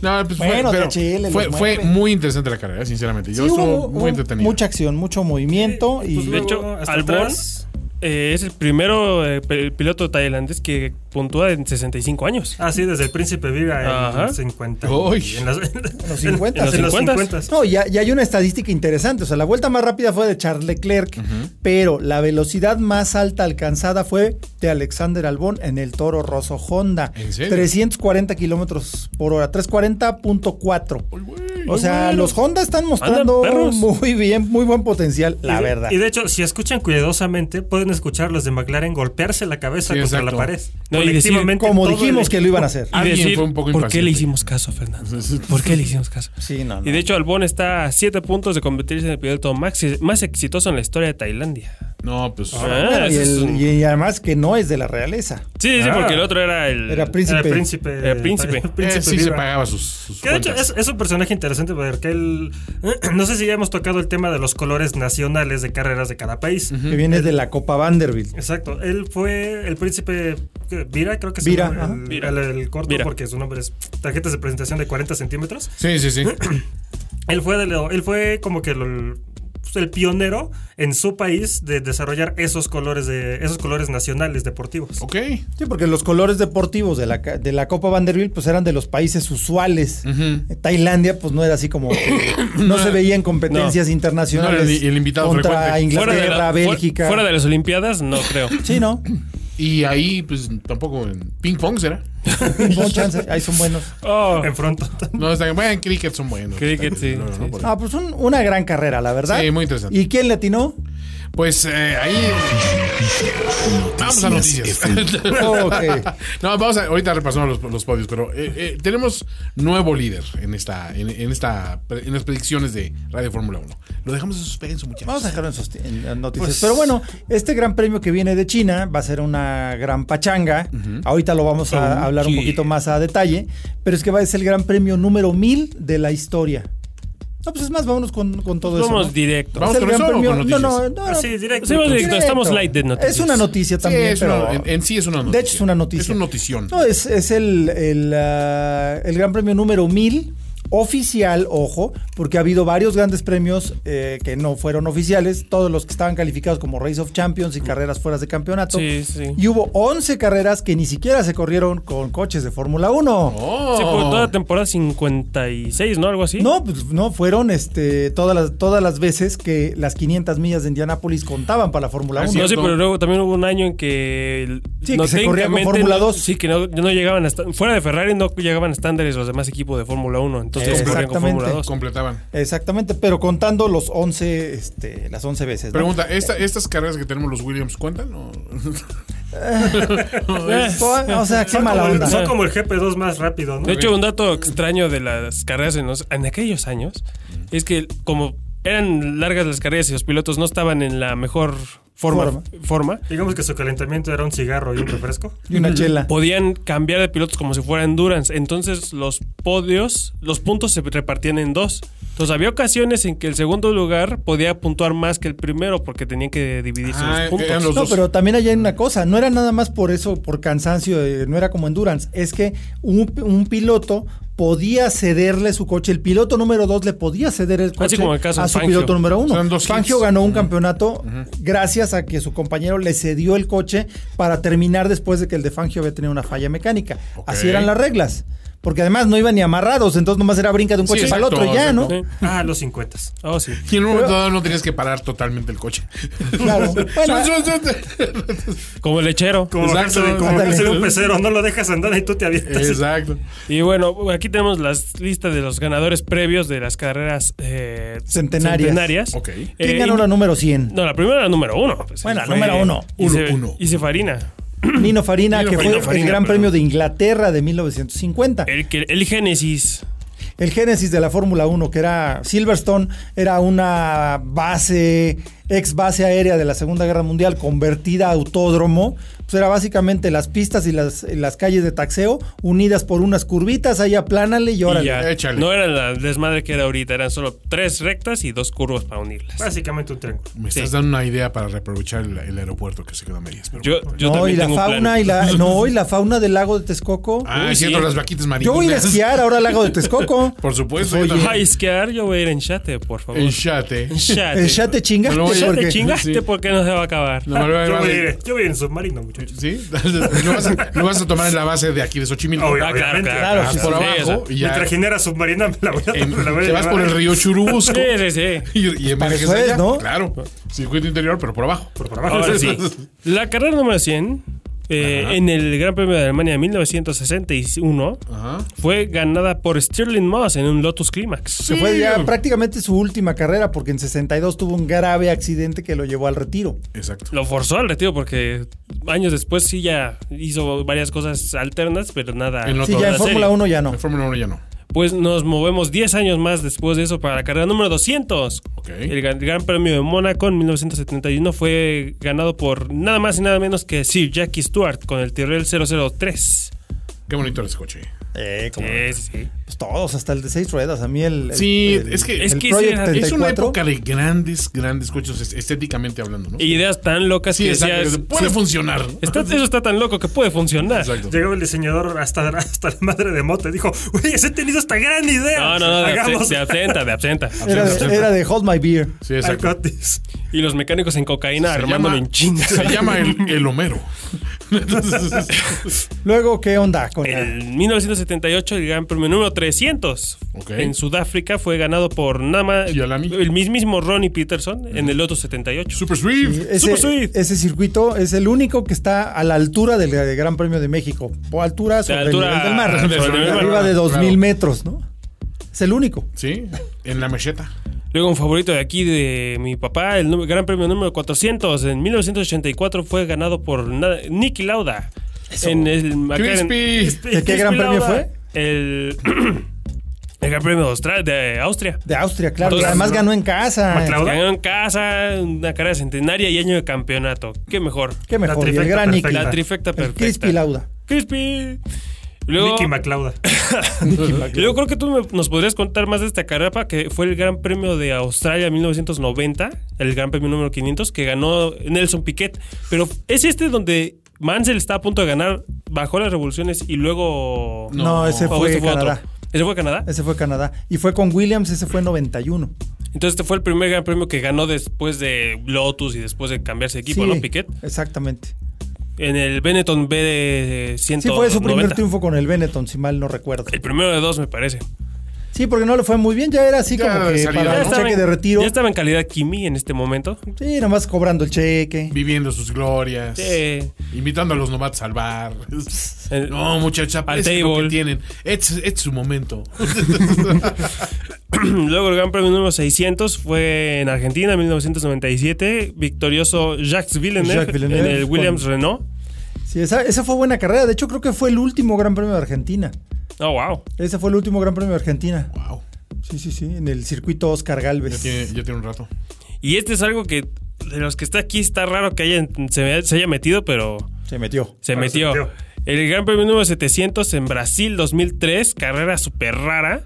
B: No, pues
A: Bueno,
B: fue, pero
A: DHL los
B: fue, fue
A: mueve.
B: muy interesante la carrera, sinceramente. Yo
A: Sí,
B: estuvo
A: hubo- hubo
B: muy entretenido.
A: Mucha acción, mucho movimiento
D: Sí,
A: y
D: pues
C: De
D: luego,
C: hecho,
D: hasta
C: Albon
D: atrás.
C: eh, es el primero eh, pe- piloto tailandés que puntúa en 65 años.
D: Ah, sí, desde el Príncipe Viva en
C: Ajá.
D: los 50.
B: Uy.
D: y En, las- *laughs* en
A: los 50.
D: En los
C: 50.
D: 50.
A: No, ya, ya hay una estadística interesante. O sea, la vuelta más rápida fue de Charles Leclerc, pero la velocidad más alta alcanzada fue de Alexander Albón en el Toro Rosso Honda.
B: ¿En serio?
A: 340 kilómetros por hora, 340.4. O sea, los Honda están mostrando
C: perros.
A: muy bien, muy buen potencial, la
D: Y de-
A: verdad.
D: Y de hecho, si escuchan cuidadosamente, pueden escuchar los de McLaren golpearse la cabeza
B: Sí,
D: contra
B: exacto.
D: la pared.
C: No, y decir,
D: Colectivamente,
A: Como
D: todo el
A: dijimos que lo
D: equipo.
A: iban a hacer.
C: Y
B: Alguien
C: decir,
B: fue un
C: ¿por
B: poco
C: qué
B: impaciente.
C: le hicimos caso, Fernando? ¿Por qué le hicimos caso?
A: Sí, no, no.
C: Y de hecho, Albon está a 7 puntos de convertirse en el piloto más, más exitoso en la historia de Tailandia.
B: No, pues.
C: Ah,
A: Bueno, y,
C: ese es
A: el-
C: un- Sí,
A: y además que no es de la realeza.
C: sí, sí,
D: Ah.
C: porque el otro era el.
A: Era
D: Era
A: príncipe.
D: Eh, príncipe.
C: Era príncipe.
B: eh, sí se
D: Viva.
B: pagaba sus, sus
D: Que de hecho
B: cuentas.
D: es, es un personaje interesante porque él. *clears throat* No sé si ya hemos tocado el tema de los colores nacionales de carreras de cada país.
A: que viene de la Copa Vanderbilt.
D: Exacto. Él fue el príncipe ¿qué? Vira, creo que es
A: Vira,
D: el,
A: ajá.
D: el-
C: Vira.
D: el- el corto,
C: Vira.
D: porque su nombre es tarjetas de presentación de 40 centímetros.
B: Sí, sí, sí.
D: Él fue, de lo- él fue como que lo- pues, el pionero en su país de desarrollar esos colores de esos colores nacionales deportivos.
B: *clears throat* Ok.
A: Sí, porque los colores deportivos de la, ca- de la Copa Vanderbilt pues eran de los países usuales. Eh, Tailandia pues no era así como...
C: *coughs*
A: no se veía en competencias
C: No.
A: internacionales
B: No era el- el invitado
A: contra
B: frecuente.
C: Fuera de,
A: Inglaterra,
C: la- fuera-
A: Bélgica.
C: fuera de las Olimpiadas, no creo.
A: Sí,
C: *coughs*
A: ¿no?
B: Y ahí, pues tampoco en ping pong será.
A: Bon chance, ahí son buenos.
C: Oh,
D: En front.
B: No, está bueno, en cricket son buenos.
C: Cricket, sí,
B: No, no,
C: sí,
B: no,
C: sí.
B: por-
A: Ah, pues un- una gran carrera, la verdad.
B: Sí, muy interesante.
A: ¿Y quién le atinó?
B: Pues eh, ahí. Vamos a noticias. *laughs*
A: Ok.
B: No, vamos a, ahorita repasamos los, los podios, pero eh, eh, tenemos nuevo líder en esta, en, en esta, en las predicciones de Radio Fórmula 1. Lo dejamos en suspenso, muchachos.
A: Vamos a dejarlo en, sus- en las noticias.
B: Pues-
A: Pero bueno, este gran premio que viene de China va a ser una gran pachanga. Ahorita lo vamos a hablar un poquito más a detalle. Pero es que va a ser el gran premio número 1000 de la historia. No, pues es más, vámonos con, con todo eso.
C: Somos
A: ¿no?
C: directos.
B: Vamos
A: Es el
B: con
A: gran
B: eso o
A: premio-
B: con
A: No,
B: noticias.
A: no, no.
D: Ah, sí, directo.
C: Sí, vamos directo. Estamos light de noticias.
A: Es una noticia
B: Sí,
A: también,
B: es
A: pero...
B: una- en, en sí es una noticia.
A: De hecho, es una noticia.
B: Es una notición.
A: No, es, es el, el, ah, el Gran Premio número 1000 oficial, ojo, porque ha habido varios grandes premios eh, que no fueron oficiales, todos los que estaban calificados como Race of Champions
B: Mm.
A: y carreras fuera de campeonato.
C: Sí, sí.
A: Y hubo 11 carreras que ni siquiera se corrieron con coches de Fórmula 1.
B: Oh.
C: Sí, pues, fue toda la temporada 56, ¿no? Algo así.
A: No, pues no, fueron este, todas, las, todas las veces que las 500 millas de Indianápolis contaban para la Fórmula
B: Ah,
A: 1.
B: sí,
C: No, sí,
B: cierto.
C: pero luego también hubo un año en que. el-
A: Sí, que se corría con
C: técnicamente,
A: Fórmula
C: no-
A: 2.
C: Sí, que no, no llegaban a esta- Fuera de Ferrari no llegaban a estándares los demás equipos de Fórmula 1. Entonces corrían con
A: Exactamente.
C: Fórmula 2.
B: Completaban.
A: Exactamente, pero contando los 11, este, las 11 veces. ¿no?
B: Pregunta, ¿esta- ¿estas carreras que tenemos los Williams cuentan? o- *laughs*
A: Pues, O sea, qué
D: Son
A: mala
D: como el-
A: onda.
D: *laughs* son como el GP2 más rápido, ¿no?
C: De hecho, un dato extraño de las carreras en, los- en aquellos años es que como eran largas las carreras y los pilotos no estaban en la mejor forma,
A: Forma.
C: forma.
D: Digamos que su calentamiento era un cigarro y un refresco.
A: Y una chela.
C: podían cambiar de pilotos como si fuera endurance. Entonces los podios, los puntos se repartían en dos. Entonces había ocasiones en que el segundo lugar podía puntuar más que el primero porque tenían que dividir
B: Ah,
C: sus puntos.
B: eran los
A: no,
B: dos.
A: pero también allá hay una cosa, no era nada más por eso, por cansancio, eh, no era como endurance, es que un, un piloto podía cederle su coche, el piloto número dos le podía ceder el coche
C: como el caso
A: a
C: de
A: su
C: Fangio.
A: piloto número uno.
B: Son dos
A: Fangio
B: hits.
A: ganó un campeonato gracias a que su compañero le cedió el coche para terminar después de que el de Fangio había tenido una falla mecánica.
B: Ok.
A: Así eran las reglas. Porque además no iban ni amarrados, entonces nomás era brinca de un
B: Sí,
A: coche para el
B: exacto,
A: otro, y ya, ¿no?
B: exacto.
D: Ah, los 50.
C: Oh, sí.
B: Y en un momento dado no tenías que parar totalmente el coche. *laughs*
A: Claro. Bueno, *laughs*
C: Como el lechero.
D: Como
B: Exacto.
D: bajarse de- como
A: Ándale.
D: bajarse de un pecero, no lo dejas andar y tú te avientas.
B: Exacto.
C: Y bueno, aquí tenemos las listas de los ganadores previos de las carreras eh,
A: Centenarias.
C: centenarias.
B: Ok.
A: ¿Quién
C: Eh,
A: ganó la número 100?
C: *clears throat* No, la primera era número uno. Pues,
A: Bueno, la
C: fue-
A: número uno.
C: Y se-
B: Uno, uno.
C: y se farina.
A: Nino Farina,
B: Nino
A: que
B: Farina,
A: fue el
C: Farina,
A: Gran
C: perdón. Eh.
A: Premio de Inglaterra de 1950. El,
C: El, que- el Génesis.
A: génesis de la Fórmula 1, que era Silverstone, era una base, ex base aérea de la Segunda Guerra Mundial convertida a autódromo. Pues era básicamente las pistas y las, y las calles de taxeo unidas por unas curvitas, ahí aplánale y
C: Y
A: órale.
C: ya.
B: échale.
C: No era la desmadre que era ahorita, eran solo tres rectas y dos curvas para unirlas.
D: Básicamente un triángulo.
B: Me estás
C: Sí.
B: dando una idea para reaprovechar el, el aeropuerto que se quedó a medias. pero
C: Yo,
B: bueno.
C: yo
A: no, y
C: también
A: la
C: tengo un plan.
A: fauna y
C: *laughs*
A: la, no, y la fauna del lago de Texcoco.
B: Ah,
C: Uy,
B: es cierto,
C: sí.
B: las vaquitas
A: Yo
B: marinas.
A: voy a ir a esquiar ahora al lago de
C: *laughs*
A: Texcoco.
B: Por supuesto. yo
A: Oye.
B: también.
C: Ay, esquiar, yo voy a ir en chate, por favor.
B: En Chate.
C: En chate.
A: El ya te chingaste.
B: No lo voy a-
C: Ya
B: ¿por
C: te
A: porque-
C: chingaste
B: Sí.
C: porque no se va a acabar.
B: No, no,
D: Yo voy, a
B: no, no.
D: ir- yo voy a ir en submarino, muchachos.
B: ¿Sí? *laughs* Lo vas, a, lo vas a tomar en la base de aquí de Xochimilco.
D: Obvio.
C: Ah, claro,
D: obviamente.
C: claro.
B: Ah,
C: sí,
B: por
C: sí, o sea,
B: abajo y
D: Mi
B: ya.
D: trajinera submarina me la voy a,
B: en-
D: me la voy a
B: te vas
D: llevar.
B: por el río Churubusco.
C: Sí, sí, sí.
B: *laughs* Y, y
A: para
B: emerges
A: eso es,
B: allá.
A: ¿no?
B: Claro. Circuito interior, pero por abajo.
D: Por, por abajo.
C: Ahora Ah, sí. La carrera número 100 eh, en el Gran Premio de Alemania de 1961
B: Ajá.
C: fue ganada por Stirling Moss en un Lotus Climax.
A: Se fue ya prácticamente su última carrera porque en 62 tuvo un grave accidente que lo llevó al retiro.
B: Exacto.
C: Lo forzó al retiro porque años después sí ya hizo varias cosas alternas, pero nada.
B: En lo-
A: Sí,
B: Toda
A: ya en
B: la
A: Fórmula
C: serie.
A: 1 ya no.
B: En Fórmula 1 ya no.
C: Pues nos movemos 10 años más después de eso para la carrera número 200.
B: Ok.
C: El gran, el Gran Premio de Mónaco en 1971 fue ganado por nada más y nada menos que Sir Jackie Stewart con el Tyrrell 003.
B: Qué bonito ese coche.
A: Eh, como-
C: Sí, sí, sí.
A: pues todos, hasta el de seis ruedas. A mí el. el-
B: Sí,
A: el-
B: es que-
C: Es
A: el
C: que
A: Project
C: ese era-
B: Es una
A: 34,
B: época de grandes, grandes coches est- estéticamente hablando, ¿no?
C: Y Ideas tan locas
B: sí,
C: que
B: exacto.
C: decías,
B: puede
C: sí,
B: funcionar.
C: está- eso está tan loco que puede funcionar.
B: Exacto.
D: Llegó el diseñador hasta, hasta la madre de Mote. Dijo, güey, he tenido esta gran idea.
C: No, no, no, de, absen-
D: Hagamos
C: de absenta, de
B: *laughs*
C: absenta.
A: Era de, era de Hold My Beer.
B: Sí,
D: *laughs*
B: exacto.
D: Alcotis.
C: Y los mecánicos en cocaína
B: Se
C: armándolo
B: llama-
C: en chinga.
B: Se llama el, el Homero. *laughs* Entonces,
A: Luego, ¿qué onda con la-
C: En 1978, el Gran Premio número 300
B: Ok.
C: en Sudáfrica fue ganado por nada más
B: Yalami.
C: el mismísimo Ronnie Peterson en el Loto 78.
B: Super Swift.
A: Ese,
C: Super Swift.
A: ese circuito es el único que está a la altura del del Gran Premio de México. O altura sobre
C: altura-
A: el nivel del mar.
C: sobre el nivel del mar,
A: arriba de
B: claro.
A: 2.000 metros, ¿no? Es el único.
B: Sí, en la mecheta.
C: Luego un favorito de aquí de mi papá, el nu- Gran Premio número 400 en 1984 fue ganado por nada- Nicky Lauda. En el McLaren-
B: Crispy.
A: ¿De qué Gran Premio fue?
C: El, *clears throat* el Gran Premio de, Austra- de Austria.
A: De Austria, claro.
C: Entonces,
A: y además
C: ¿no?
A: ganó en casa.
D: McLaren. ¿Lauda?
C: Ganó en casa, una carrera centenaria y año de campeonato. Qué mejor.
A: Qué
D: La
A: mejor. y el
D: trifecta
A: gran Nicky.
D: perfecta.
C: La trifecta
A: El
C: perfecta.
A: Crispy Lauda.
C: Crispy. Luego,
D: Nicky McLeod.
C: yo creo que tú me- nos podrías contar más de esta carrera pa, que fue el Gran Premio de Australia 1990, el Gran Premio número 500 que ganó Nelson Piquet. Pero es este donde Mansell está a punto de ganar, bajó las revoluciones y luego
A: No, ese
C: ¿O
A: fue
C: este otro?
A: Canadá.
C: Ese fue Canadá.
A: Ese fue Canadá. Y fue con Williams, ese fue en 91.
C: Entonces este fue el primer Gran Premio que ganó después de Lotus y después de cambiarse de equipo,
A: Sí,
C: ¿no? Piquet
A: Exactamente.
C: en el Benetton B de
A: Sí,
C: 190.
A: fue su primer triunfo con el Benetton, si mal no recuerdo.
C: El primero de dos me parece.
A: Sí, porque no le fue muy bien, ya era así
B: Ya
A: como
B: de
A: que
B: salida.
A: para
B: Ya
A: el cheque de retiro.
C: ya estaba en calidad Kimi en este momento.
A: Sí, nomás cobrando el cheque.
B: Viviendo sus glorias.
C: Sí.
B: Invitando a los novatos al
A: *laughs*
B: bar.
C: El-
B: No, muchacha,
C: Al
B: es lo que
C: table.
B: tienen. Es, es
A: *laughs*
B: su momento.
C: *clears throat* Luego el Gran Premio número 600 fue en Argentina, 1997. Victorioso Jacques Villeneuve,
A: Jacques Villeneuve
C: en el Williams
A: con-
C: Renault.
A: Sí, esa, esa fue buena carrera. De hecho, creo que fue el último Gran Premio de Argentina.
C: Oh, wow.
A: Ese fue el último Gran Premio de Argentina.
B: wow.
A: Sí, sí, sí, en el circuito Oscar
B: Ya
A: Galvez.
B: tiene, ya tiene un rato.
C: Y este es algo que de los que está aquí está raro que hayan- se, se haya metido, pero
A: Se metió.
C: se
D: Pero se
C: metió.
D: metió.
C: El Gran Premio número 700 en Brasil 2003, carrera súper rara.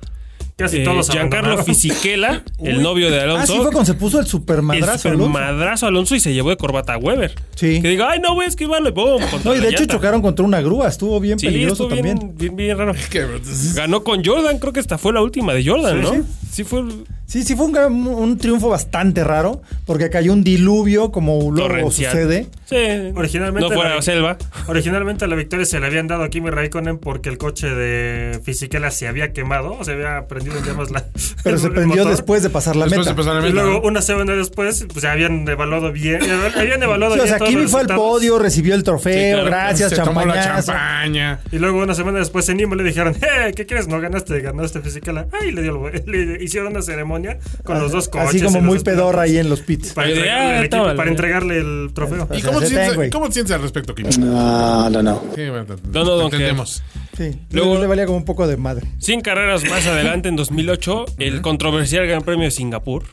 D: Casi
C: Eh,
D: todos
C: Giancarlo
A: *laughs*
D: abandonaron.
C: Fisichella, el novio de Alonso.
A: Ah, sí fue cuando se puso el supermadrazo.
C: el
A: Alonso.
C: madrazo Alonso y se llevó de corbata a Weber.
A: Sí.
C: Que digo, ay, no, güey, es que vale, boom. contra
A: No, y
C: la
A: de hecho
C: llanta.
A: chocaron contra una grúa. Estuvo bien
C: Sí,
A: peligroso
C: estuvo
A: también.
C: bien, bien, bien
D: *laughs*
C: raro.
B: ¿Qué?
D: pues,
C: Ganó con Jordan, creo que esta fue la última de Jordan,
A: Sí,
C: ¿no?
A: sí.
C: Sí, fue.
A: Sí, sí fue un, gran- un triunfo bastante raro porque cayó un diluvio como luego
C: Torrencial.
A: sucede.
C: Sí.
D: Originalmente
C: No fuera
D: la-
C: selva.
D: Originalmente la victoria se la habían dado a Kimi Raikkonen porque el coche de Fisichella se había quemado, se había prendido en llamas la.
A: *laughs* Pero
D: *laughs* el-
A: se
D: el
A: prendió
D: motor.
A: después de pasar la
B: Después
A: meta.
B: de pasar la
D: Y
B: meta.
D: luego, una semana después, pues ya habían evaluado bien. Habían
A: *laughs*
D: evaluado
A: Sí, o
D: bien
A: sea,
D: todos
A: Kimi
D: los
A: fue al
D: resultados.
A: podio, recibió el trofeo,
C: Sí, claro.
A: gracias,
B: Se tomó la
A: champañazo.
B: champaña.
D: Y luego una semana después en Imo le dijeron, "Eh, ¿qué quieres? No ganaste, ganaste Fisichella. Ay, le, dio, el- *laughs* le hicieron una ceremonia con los dos coches.
A: Ah, Así
D: y
A: como
D: los
A: muy
D: dos
A: pedorra ahí Ah, en los
D: pilotos
A: pits.
D: Para,
C: Ay,
D: entregarle,
C: ya,
D: al equipo,
C: tómala.
D: para entregarle el trofeo.
B: ¿Y cómo te,
A: se
B: sientes,
A: tengo,
B: cómo te sientes al respecto, Kim?
G: No, no, no.
B: Sí, bueno, te-
C: No, no,
B: te
C: don
B: entendemos.
A: Sí,
C: Luego-
A: luego le valía como un poco de madre.
C: Cien carreras más adelante, en 2008, el controversial Gran Premio de Singapur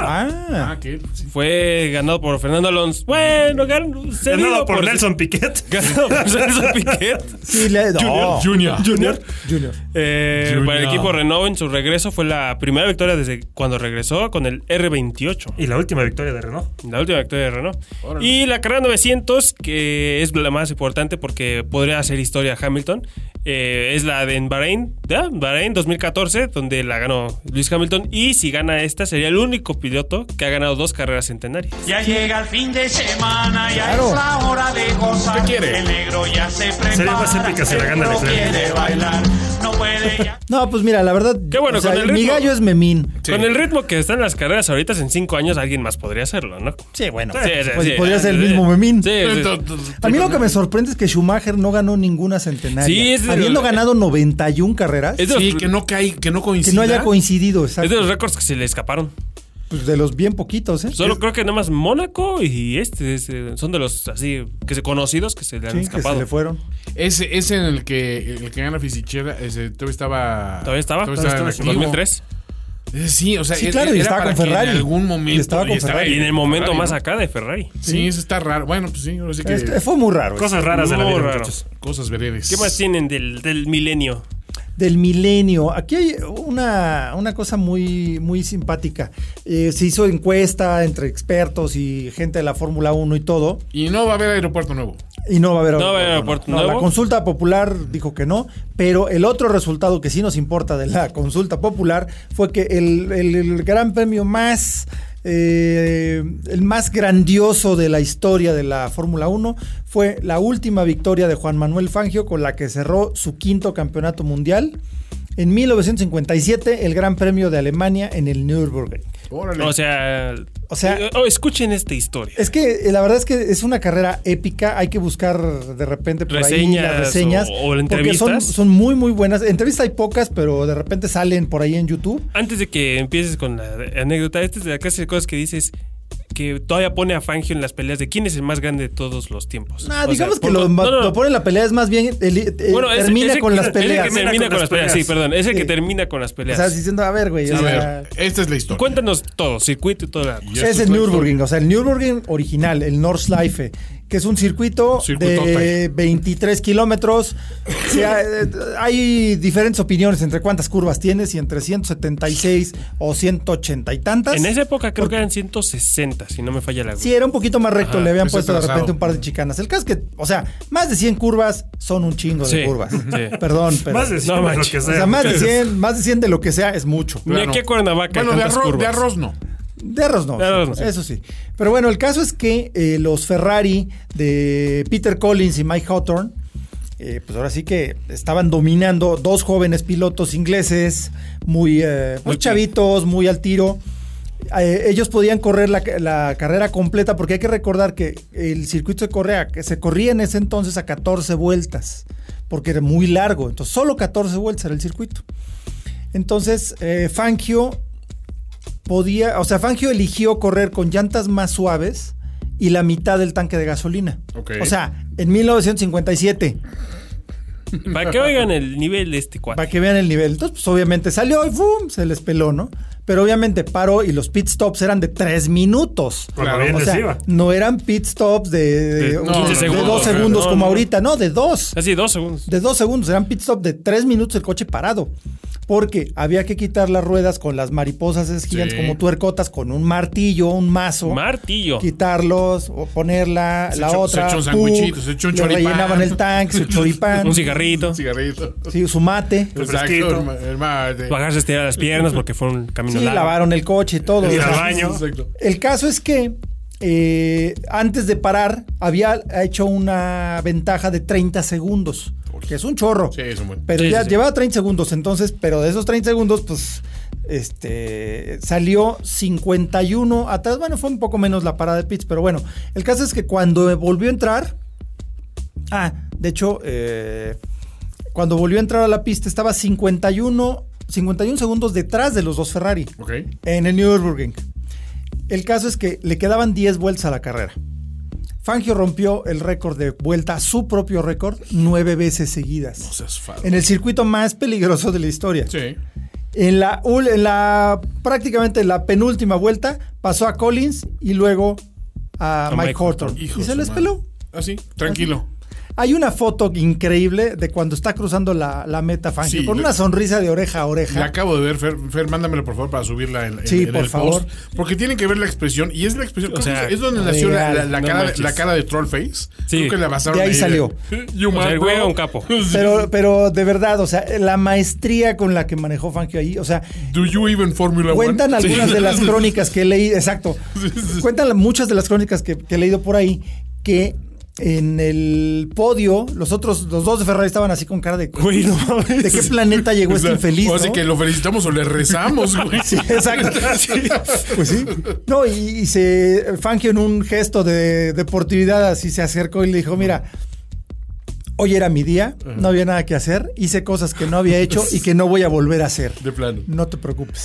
A: Ah,
B: Ah, ¿qué? Sí.
C: fue ganado por Fernando Alonso. Bueno, ganó.
D: Ganado por Nelson Piquet.
C: *laughs*
D: *laughs*
C: Ganado por Nelson Piquet.
A: sí, le, no.
B: Oh. Junior.
A: Junior. Junior.
C: Eh,
B: Junior.
C: para el equipo Renault en su regreso fue la primera victoria desde cuando regresó con el R28.
D: Y la última victoria de Renault.
C: La última victoria de Renault. Y la carrera 900, que es la más importante porque podría hacer historia Hamilton, eh, es la de en Bahrein, ¿ya? Bahrein 2014, donde la ganó Luis Hamilton. Y si gana esta, sería el único piloto que ha ganado dos carreras centenarias.
H: Ya llega el fin de semana, ya
A: Claro.
H: es la hora de gozar.
B: ¿Qué quiere?
H: El negro ya se prepara.
D: Sería más épica si la gana
H: el negro
D: Leclerc.
H: quiere bailar, no puede ya.
A: No, pues mira, la verdad.
C: Qué bueno,
A: o sea,
C: con el
A: mi
C: ritmo.
A: gallo es Memín.
B: Sí.
C: Con el ritmo que están las carreras ahorita, en cinco años alguien más podría hacerlo, ¿no?
A: Sí, bueno.
C: Sí, sí,
A: Pues
C: sí.
A: podría ser el mismo Memín.
C: Sí, sí.
A: A mí lo que me sorprende es que Schumacher no ganó ninguna centenaria.
C: Sí, es de-
A: Habiendo ganado 91 carreras,
C: Es de los-
B: Sí, que no, cae, que no
A: que
B: coincida.
A: no haya coincidido,
C: es
A: exacto.
C: de los récords que se le escaparon.
A: Pues de los bien poquitos, ¿eh?
C: Solo creo que nada más Mónaco y este es, eh, son de los así que se conocidos que se le han
A: Sí, que
C: escapado.
A: se le fueron.
B: Ese, ese en el que, el que gana Fisichera, ese todavía estaba.
C: Todavía estaba,
B: en
C: todavía estaba en
B: activo.
C: 2003.
B: Eh, Sí, o sea,
A: Sí,
B: era-
A: claro, y
B: era
A: estaba
B: para
A: con
B: que
A: Ferrari.
B: En algún momento.
A: Y estaba con Ferrari.
C: Y en el momento más
B: ¿no?
C: acá de Ferrari.
B: Sí, eso está raro. Bueno, pues sí, ahora sí que.
A: Este, fue muy raro.
D: Cosas raras de la
C: Pues Muy
D: vida,
C: raro.
D: muchachos.
B: Cosas veredes.
C: ¿Qué más tienen del, del milenio?
A: del milenio. Aquí hay una, una cosa muy, muy simpática. Eh, se hizo encuesta entre expertos y gente de la Fórmula 1 y todo.
B: Y no va a haber aeropuerto nuevo.
A: Y no va a haber
C: No va a haber aeropuerto
A: no. No, La
C: nuevo.
A: consulta popular dijo que no, pero el otro resultado que sí nos importa de la consulta popular fue que el, el- el gran premio más, eh, el más grandioso de la historia de la Fórmula 1 fue la última victoria de Juan Manuel Fangio con la que cerró su quinto campeonato mundial. En 1957, el Gran Premio de Alemania en el Nürburgring.
B: Órale.
C: O sea,
A: O sea-
C: eh, oh, escuchen esta historia.
A: Es que eh, la verdad es que es una carrera épica. Hay que buscar de repente por ahí las
C: Reseñas
A: reseñas.
C: o- o
A: porque son,
C: entrevistas.
A: son muy, muy buenas. Entrevistas hay pocas, pero de repente salen por ahí en YouTube.
C: Antes de que empieces con la anécdota, esta es de la clase de cosas que dices que todavía pone a Fangio en las peleas de quién es el más grande de todos los tiempos.
A: Nah,
C: O sea,
A: digamos que
C: por
A: lo,
C: no, no,
A: lo
C: no.
A: pone en la pelea. Es más bien. el- eh,
C: es-
A: termina
C: es el-
A: con las
C: es el que
A: peleas.
C: termina con, las peleas, sí, perdón. Es el que
A: Sí.
C: termina con las
A: O
C: peleas.
A: sea, diciendo, a ver, güey. o
B: a
A: sea,
B: ver, esta es la historia.
C: Cuéntanos todo, circuito y toda la
B: Y
C: cosa.
B: esto
A: Es
B: es
A: el
B: la
A: Nürburgring, o sea, el Nürburgring original, el Nordschleife, que es un circuito
B: Circuitote.
A: de 23 kilómetros. O sea, eh, hay diferentes opiniones entre cuántas curvas tienes, si entre 176 o 180 y tantas.
C: En esa época creo que eran 160, si no me falla la
A: Sí, era un poquito más recto,
C: Ajá,
A: le habían
B: ese
A: puesto de
B: trazado.
A: repente un par de chicanas. El caso es que, o sea, más de 100 curvas son un chingo de
C: Sí,
A: curvas.
C: sí.
A: Perdón, pero.
D: Más de
C: No
D: 100 lo
C: manches.
D: que
A: o
D: sea.
A: sea, más de
D: muchachos.
A: 100, más de 100 de lo que sea es mucho.
C: Ni aquí a Cuernavaca. hay
B: Bueno, de
C: tantas
B: arroz, de
C: curvas.
B: arroz no.
A: De arroz no.
C: De arroz no,
A: sí,
C: sí.
A: Eso sí. Pero bueno, el caso es que eh, los Ferrari de Peter Collins y Mike Hawthorne, eh, pues ahora sí que estaban dominando dos jóvenes pilotos ingleses, muy, eh, pues,
C: Muy
A: chavitos, muy al tiro. Eh, ellos podían correr la, la carrera completa porque hay que recordar que el circuito de Correa que se corría en ese entonces a 14 vueltas porque era muy largo, entonces solo 14 vueltas era el circuito. Entonces, eh, Fangio podía, o sea, Fangio eligió correr con llantas más suaves y la mitad del tanque de gasolina.
B: Ok.
A: O sea, en 1957,
C: Para que oigan el nivel de este cuadro.
A: para que vean el nivel. Entonces, pues obviamente salió y ¡fum! se les peló, ¿no? Pero obviamente paró y los pit stops eran de 3 minutos.
D: Cuando bien
A: O
D: les
A: sea,
D: iba.
A: no eran pit stops de, de-
C: De
A: un-
C: 15
A: de
C: segundos,
A: dos
C: o sea,
A: segundos
C: no,
A: como
C: no.
A: ahorita, no, de dos.
C: Así, dos segundos.
A: de dos segundos, eran pit stop de tres minutos el coche parado. Porque había que quitar las ruedas con las mariposas esas gigantes
B: Sí.
A: como tuercotas, con un martillo, un mazo.
C: Martillo.
A: Quitarlos, o ponerla,
B: Se
A: la
B: echó-
A: otra.
B: se echó un
A: puk,
B: sandwichito, se echó un
A: le
B: choripán.
A: rellenaban el tanque,
B: *laughs*
A: su choripán,
C: Un cigarrito.
B: Cigarrito.
C: Pues
A: sí, su mate.
B: Exacto,
D: fresquito.
B: herma- hermana, de-
C: Bajarse a estirar las piernas porque fue un camino
A: Sí,
C: largo.
A: lavaron el coche y todo.
D: Ir
A: O sea,
D: al baño.
B: Exacto.
A: El caso es que eh, antes de parar había hecho una ventaja de 30 segundos, que es un chorro.
B: Sí, es un buen.
A: Pero
C: Sí,
A: ya
C: sí, sí.
A: llevaba 30 segundos, entonces, pero de esos 30 segundos, pues, este, salió 51 atrás. Bueno, fue un poco menos la parada de Pitts, pero bueno, el caso es que cuando volvió a entrar, ah, de hecho, eh, cuando volvió a entrar a la pista estaba 51, 51 segundos detrás de los dos Ferrari
B: Ok.
A: en el Nürburgring. El caso es que le quedaban 10 vueltas a la carrera. Fangio rompió el récord de vuelta, su propio récord, nueve veces seguidas.
B: O sea, es faro.
A: En el circuito más peligroso de la historia.
B: Sí.
A: En la, ul- en la prácticamente la penúltima vuelta pasó a Collins y luego a,
C: A
A: Mike,
C: Mike
A: Horton.
B: Hijo
A: Y
B: de
A: se
B: su
A: les
B: madre.
A: peló. Ah,
B: Así, tranquilo.
A: Hay una foto increíble de cuando está cruzando la, la meta Fangio
B: Sí,
A: con
B: lo-
A: una sonrisa de oreja a
B: La
A: oreja.
B: acabo de ver, Fer, Fer, mándamela por favor para subirla en, en-
A: Sí,
B: en
A: por
B: el
A: favor.
B: post. Porque tienen que ver la expresión, y es la expresión, creo
C: sea,
B: que es donde nació la, la- la
C: no
B: cara, de-
C: manches.
B: la cara de Trollface.
C: Sí.
B: Creo que la basaron
A: De ahí salió.
B: You
C: O sea,
B: mad,
C: el güey
B: bro.
C: era un
B: *laughs*
C: capo.
A: Pero, pero de verdad, o sea, la maestría con la que manejó Fangio ahí, o sea,
B: Do you even Formula One?
A: Cuentan
B: Sí.
A: algunas de
B: *laughs*
A: las crónicas que he leído, exacto. Cuentan muchas de las crónicas que, que he leído por ahí que en el podio los otros los dos de Ferrari estaban así con cara de
C: Güey, no mames.
A: ¿De qué planeta llegó
B: O
A: este
B: sea,
A: infeliz?
B: o sea,
A: no?
B: que lo felicitamos o le rezamos, güey.
A: *laughs* Sí,
B: *laughs*
A: exacto. Pues sí. No, y, y se Fangio en un gesto de deportividad así se acercó y le dijo, "Mira, hoy era mi día, no había nada que hacer, hice cosas que no había hecho y que no voy a volver a hacer.
B: De plano.
A: No te preocupes."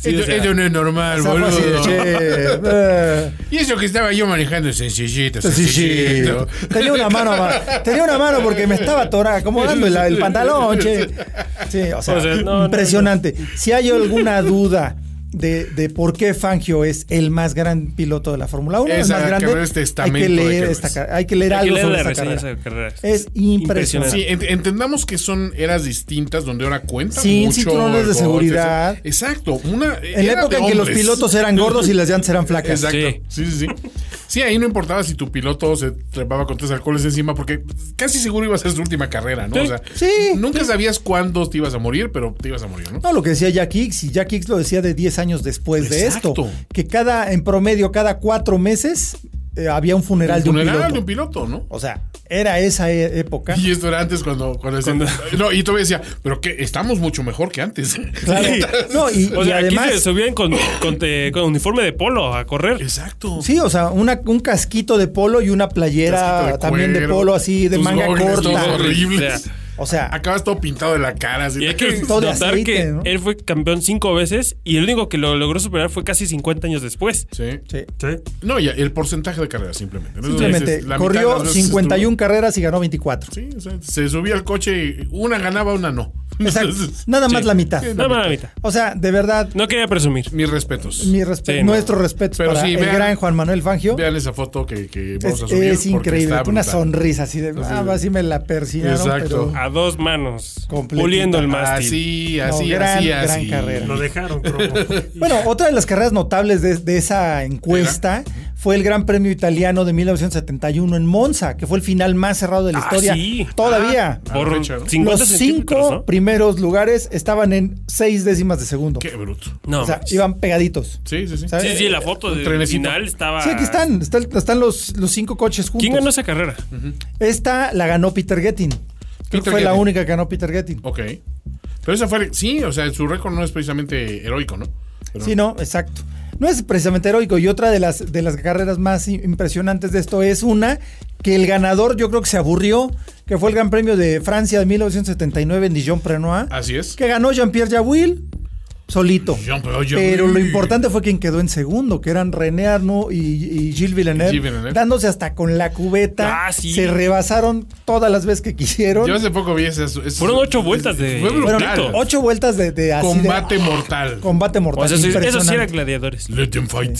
C: Sí,
B: eso,
C: o sea,
B: eso no es normal,
A: O sea, fue
B: boludo.
A: así de, "Che, eh".
B: Y eso que estaba yo manejando es sencillito, sencillito.
A: Tenía una mano, ma- tenía una mano porque me estaba atorada, acomodando el, el pantalón, che. Sí, o sea,
C: O sea, no, no,
A: impresionante. Si hay alguna duda de, de por qué Fangio es el más gran piloto de la Fórmula 1. el
B: Esa
A: más grande.
B: carrera es
A: hay
B: testamento
A: que
B: de este que
A: leer,
B: lo
A: esta,
B: es.
A: car- hay que leer
C: Hay que
A: algo
C: leer
A: sobre
C: la
A: esta
C: reseña de
A: carrera.
C: esa carrera.
A: Es
C: Impresionante.
A: impresionante.
B: Sí, ent- entendamos que son eras distintas donde ahora cuentan
A: Sin
B: mucho.
A: cinturones de
B: el golpe,
A: seguridad.
B: ese- Exacto. Una,
A: En la época en que los pilotos eran gordos y las llantas eran flacas.
B: Exacto. Sí. sí, sí, Sí, ahí no importaba si tu piloto se trepaba con tres alcoholes encima, porque casi seguro iba a ser su última carrera, ¿no?
C: Sí.
B: O sea,
A: Sí.
B: nunca sabías cuándo te ibas a morir, pero te ibas a morir, ¿no?
A: No, lo que decía Jack Hicks, y Jack Hicks lo decía de 10 años después
B: Exacto.
A: de esto, que cada, en promedio, cada cuatro meses eh, había un funeral,
B: Un funeral
A: de un piloto.
B: de un piloto, ¿no?
A: O sea, era esa e- época.
B: Y esto era antes cuando, cuando, decían- no, y todavía decía, pero que estamos mucho mejor que antes. *laughs*
A: Claro. No, y,
C: O
A: y
C: sea,
A: además,
C: aquí se subían con, con, te- con uniforme de polo a correr.
B: Exacto.
A: sí, o sea, una- un casquito de polo y una
B: Casquito
A: playera
B: de
A: también de
B: cuero,
A: polo así de
B: tus
A: manga
B: gogles todos
A: corta.
B: horribles.
C: O sea,
A: O sea,
B: Acabas todo pintado de la cara. así.
C: Y hay
B: *laughs*
C: que
A: Todo de
C: notar
A: aceite,
C: que
A: ¿no?
C: él fue campeón cinco veces y el único que lo logró superar fue casi 50 años después.
B: Sí.
A: sí.
D: Sí.
B: No, ya, el porcentaje de carreras, simplemente. ¿no?
A: Simplemente
B: Entonces, la mitad de las
A: corrió
B: veces
A: 51 carreras y ganó 24.
B: estuvo- Sí, o sea, se subía al coche, y una ganaba, una no.
A: Exacto.
B: Entonces,
A: Nada más
C: Sí.
A: la mitad.
C: Nada más la mitad.
A: O sea, de verdad,
C: No quería presumir.
B: Mis respetos.
A: mi respeto,
C: Sí, no.
A: nuestro respeto
B: Pero
A: para
B: sí,
A: el
B: vean-
A: gran Juan Manuel Fangio.
B: Vean esa foto que, que vamos
A: Es,
B: a subir.
A: es
B: porque
A: increíble.
B: está
A: Una
B: brutal.
A: sonrisa así de. Ah, así me la persinaron.
B: Exacto.
A: pero-
C: A dos manos.
A: Completita. Ah,
C: Puliendo el mástil.
B: Ah,
C: Ah,
B: Así, así,
A: No, gran-
B: así,
A: gran
B: así.
A: carrera.
D: Lo dejaron, cromo.
A: Bueno, otra de las carreras notables de, de esa encuesta fue el Gran Premio Italiano de 1971 en Monza, que fue el final más cerrado de la
C: Ah,
A: historia.
C: sí.
A: Todavía.
B: Ah,
C: Por
B: A la fecha, ¿no?
C: 50
A: Los
C: centímetros,
A: cinco
C: ¿no?
A: primeros lugares estaban en seis décimas de segundo.
B: Qué bruto.
C: No,
A: O sea,
C: manches.
A: iban pegaditos.
B: Sí, sí, sí.
A: ¿Sabes?
C: Sí, sí, la foto
B: Un
C: del
B: trenecito.
C: final estaba.
A: Sí, aquí están. está- Están, los, los cinco coches juntos.
C: ¿Quién ganó esa carrera?
A: Esta la ganó Peter Gettin. Creo que
B: Peter
A: fue la
B: Gettin.
A: única que ganó Peter Gettin.
B: Ok. Pero esa fue. Sí, o sea, su récord no es precisamente heroico, ¿no? Pero-
A: Sí, no, exacto. No es precisamente heroico. Y otra de las, de las carreras más i- impresionantes de esto es una que el ganador yo creo que se aburrió, que fue el Gran Premio de Francia de 1979 en Dijon-Prenois,
B: Así es.
A: que ganó Jean-Pierre Jawil solito.
B: Jean-Pierre Jawil.
A: Pero lo importante fue quien quedó en segundo, que eran René Arnoux y, y Gilles Villeneuve,
B: Gilles Villeneuve.
A: dándose hasta con la cubeta.
C: Ah, sí.
A: Se rebasaron todas las veces que quisieron.
B: Yo hace poco vi esas. esas-
C: Fueron ocho vueltas de-
B: Fue brutal.
A: Fueron
C: claro.
A: ocho vueltas de, de así de-
B: Combate mortal.
A: combate mortal.
C: O sea, eso, eso sí
A: impresionante. *laughs*
C: eran gladiadores.
B: Let them fight.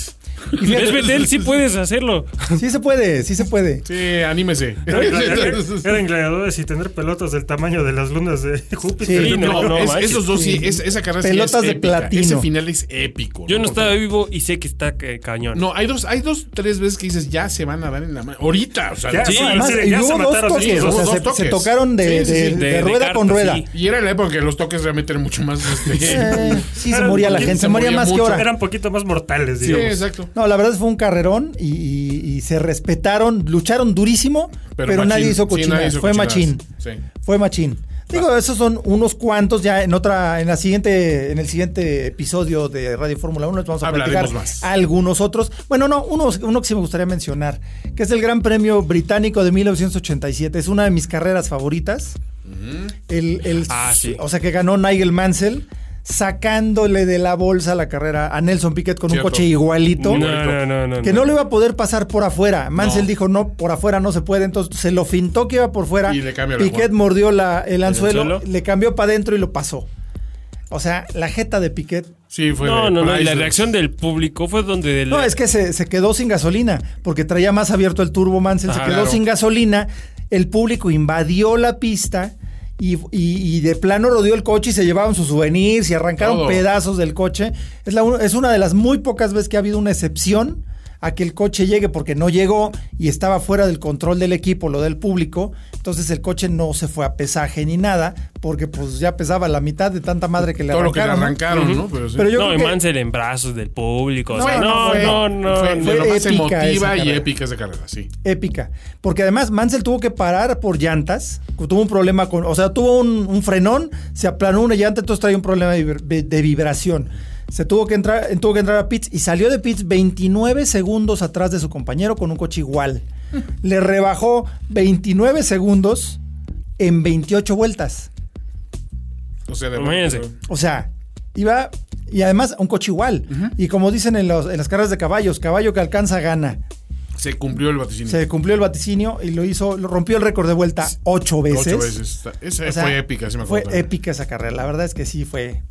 A: Y fíjate-
C: Es Betel, sí puedes hacerlo.
A: Sí se puede, sí se puede.
B: Sí,
C: *laughs*
B: anímese.
D: Eran gladiadores y tener pelotas del tamaño de las lunas de *laughs* Júpiter.
C: Sí, no,
B: No,
C: no,
B: es-
C: manches.
B: esos dos sí,
A: Sí.
B: es- esa carrera sí
A: Pelotas
B: es
A: de
B: épica.
A: platino.
B: Ese final es épico.
C: Yo no
B: O sea,
C: estaba vivo y sé que está ca- cañón.
B: No, hay dos, hay dos, tres veces que dices ya se van a dar en la mano. Ahorita, o sea,
D: Ya,
B: sí.
D: sí.
A: Además,
D: se-
A: y
D: ya se
A: hubo dos
D: mataron, sí,
A: toques,
B: hubo
A: o sea,
B: dos
A: se,
B: toques.
A: se tocaron de,
B: Sí, sí,
A: de-
B: sí.
A: de
C: De- de
A: rueda
C: cartas,
A: con rueda.
C: sí.
B: Y era la época en que los toques realmente eran mucho más. este,
A: Eh, sí, se
D: Eran
A: moría la
D: poquitos,
A: gente,
B: se
A: se moría
B: moría
A: más que
B: mucho.
A: ahora.
D: Eran poquito más mortales,
B: *laughs* sí,
D: digamos.
B: exacto.
A: No, la verdad fue un carrerón y, y- y se respetaron, lucharon durísimo, pero,
B: machín.
A: nadie hizo
B: Sí, nadie
A: cochinadas.
B: hizo
A: fue
B: cochinadas.
A: machín.
B: Sí.
A: Fue machín. Digo, esos son unos cuantos ya en otra, en la siguiente, en el siguiente episodio de Radio Fórmula 1 les vamos a
B: Hablaremos
A: platicar
B: más.
A: algunos otros. Bueno, no, uno, uno que sí me gustaría mencionar, que es el Gran Premio Británico de 1987. Es una de mis carreras favoritas. El, el-
C: Ah, sí.
A: O sea, que ganó Nigel Mansell sacándole de la bolsa la carrera a Nelson Piquet con
B: Cierto.
A: un coche igualito.
C: no, no, no, no,
A: Que no le iba a poder pasar por afuera. Mansell dijo, no, por afuera no se puede. Entonces se lo fintó que iba por fuera.
B: Y le cambió la
A: Piquet
B: jugada.
A: mordió la- el, anzuelo,
C: anzuelo?
A: le cambió para adentro y lo pasó. O sea, la jeta de Piquet.
B: Sí, fue.
C: No,
B: de
C: no, no, Y la
B: Priceless.
C: reacción del público fue donde.
A: No,
C: la-
A: es que se, se quedó sin gasolina, porque traía más abierto el turbo Mansell, se
C: Ah,
A: quedó
B: claro.
A: sin gasolina. El público invadió la pista. Y, y- y de plano rodeó el coche y se llevaban sus souvenirs y arrancaron
B: Todo.
A: pedazos del coche. Es, la un- es una de las muy pocas veces que ha habido una excepción a que el coche llegue porque no llegó y estaba fuera del control del equipo, lo del público. Entonces el coche no se fue a pesaje ni nada porque pues ya pesaba la mitad de tanta madre que le
B: Todo lo que le
A: arrancaron. ¿no?
B: arrancaron, ¿no? Pero sí.
A: Pero yo
C: no,
A: creo
C: y
A: que-
C: Mansell en brazos del público. o sea,
A: No,
C: no,
A: fue-
C: no, no. no.
B: fue de lo más
A: Fue épica esa
B: emotiva y
A: carrera.
B: épica esa carrera, sí.
A: épica. Porque además Mansell tuvo que parar por llantas. Tuvo un problema con. O sea, tuvo un, un frenón, se aplanó una llanta, entonces traía un problema de, vibr- de vibración. Se tuvo que entrar, tuvo que entrar a pits y salió de pits 29 segundos atrás de su compañero con un coche igual. Le rebajó 29 segundos en 28 vueltas.
B: O sea, de
C: Imagínense.
A: O sea, iba. Y además, un coche igual. Y como dicen en, los- en las carreras de caballos, caballo que alcanza gana.
B: se cumplió el vaticinio.
A: Se cumplió el vaticinio y lo hizo, lo rompió el récord de vuelta ocho veces.
B: Ocho veces. Esa
A: O sea,
B: fue épica, sí me acuerdo.
A: Fue épica esa carrera. La verdad es que sí fue.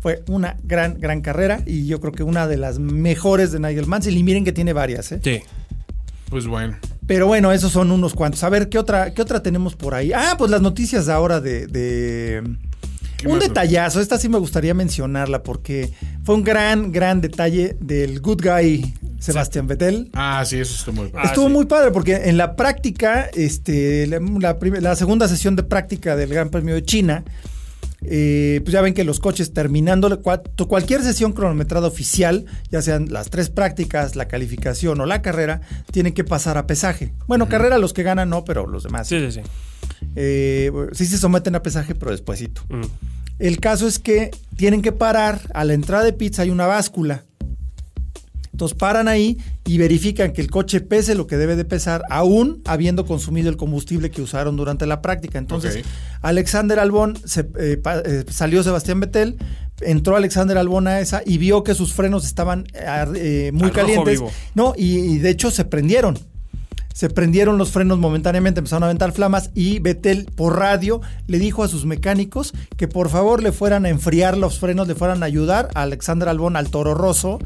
A: Fue una gran, gran carrera y yo creo que una de las mejores de Nigel Mansell. Y miren que tiene varias, ¿eh?
C: Sí.
B: Pues bueno.
A: Pero bueno, esos son unos cuantos. A ver, ¿qué otra, qué otra tenemos por ahí? Ah, pues las noticias ahora de... de-
B: ¿Qué
A: Un
B: más?
A: detallazo, esta sí me gustaría mencionarla porque fue un gran, gran detalle del good guy Sebastián Vettel.
B: Ah, sí, eso estuvo muy padre.
C: Ah,
A: Estuvo
C: sí.
A: muy padre porque en la práctica, este, la, la prim- la segunda sesión de práctica del Gran Premio de China, eh, pues ya ven que los coches terminando la cua- tu- cualquier sesión cronometrada oficial, ya sean las tres prácticas, la calificación o la carrera, tienen que pasar a pesaje. Bueno, carrera los que ganan no, pero los demás.
C: Sí, sí, sí.
A: Eh, bueno, sí se someten a pesaje, pero despuesito.
C: Mm.
A: El caso es que tienen que parar a la entrada de pizza hay una báscula. Entonces paran ahí y verifican que el coche pese lo que debe de pesar, aún habiendo consumido el combustible que usaron durante la práctica. Entonces,
B: Ok.
A: Alexander Albón se, eh, pa- eh, salió Sebastián Vettel, entró Alexander Albón a esa y vio que sus frenos estaban ar- eh, muy
C: Al rojo
A: calientes.
C: vivo.
A: No, y, y de hecho se prendieron. Se prendieron los frenos momentáneamente, empezaron a aventar flamas y Betel por radio le dijo a sus mecánicos que por favor le fueran a enfriar los frenos, le fueran a ayudar a Alexander Albón al Toro Rosso.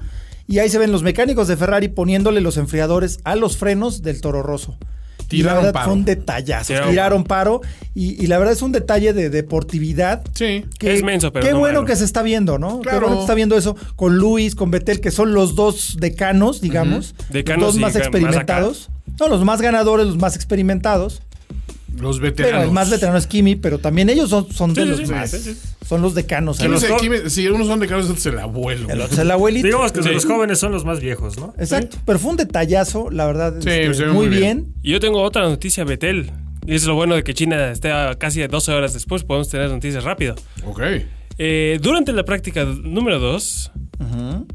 A: Y ahí se ven los mecánicos de Ferrari poniéndole los enfriadores a los frenos del Toro Rosso. Y la
B: Tiraron
A: verdad
B: paro.
A: fue un detallazo.
C: Tiraron
A: Tiraron paro y, y la verdad es un detalle de deportividad
B: Sí.
C: Es menso, pero
A: qué
C: no
A: bueno
C: malo.
A: que se está viendo, ¿no? Qué
B: Claro.
A: bueno que se está viendo eso con Luis, con Betel, que son los dos decanos, digamos.
C: Decanos
A: los dos
C: y
A: más
C: gan- más
A: experimentados. no, los más ganadores, los más experimentados.
B: Los
A: Pero
B: veteranos.
A: el más veterano es Kimi, pero también ellos son, son de
C: Sí, sí,
A: los
C: sí,
A: más.
C: sí, sí.
A: Son los decanos.
B: ¿Quién
A: ¿no?
B: es el- quién es- si unos son de Carlos, otros el abuelo.
A: El otro es el abuelito.
D: Digamos que
C: Sí.
D: los jóvenes son los más viejos, ¿no?
A: Exacto. Pero fue un detallazo, la verdad.
B: Sí,
A: este,
B: se ve
A: muy
B: muy bien.
A: bien.
C: Y yo tengo otra noticia, Betel. Y es lo bueno de que China esté a casi 12 horas después, podemos tener noticias rápido.
B: Ok.
C: Eh, durante la práctica número 2,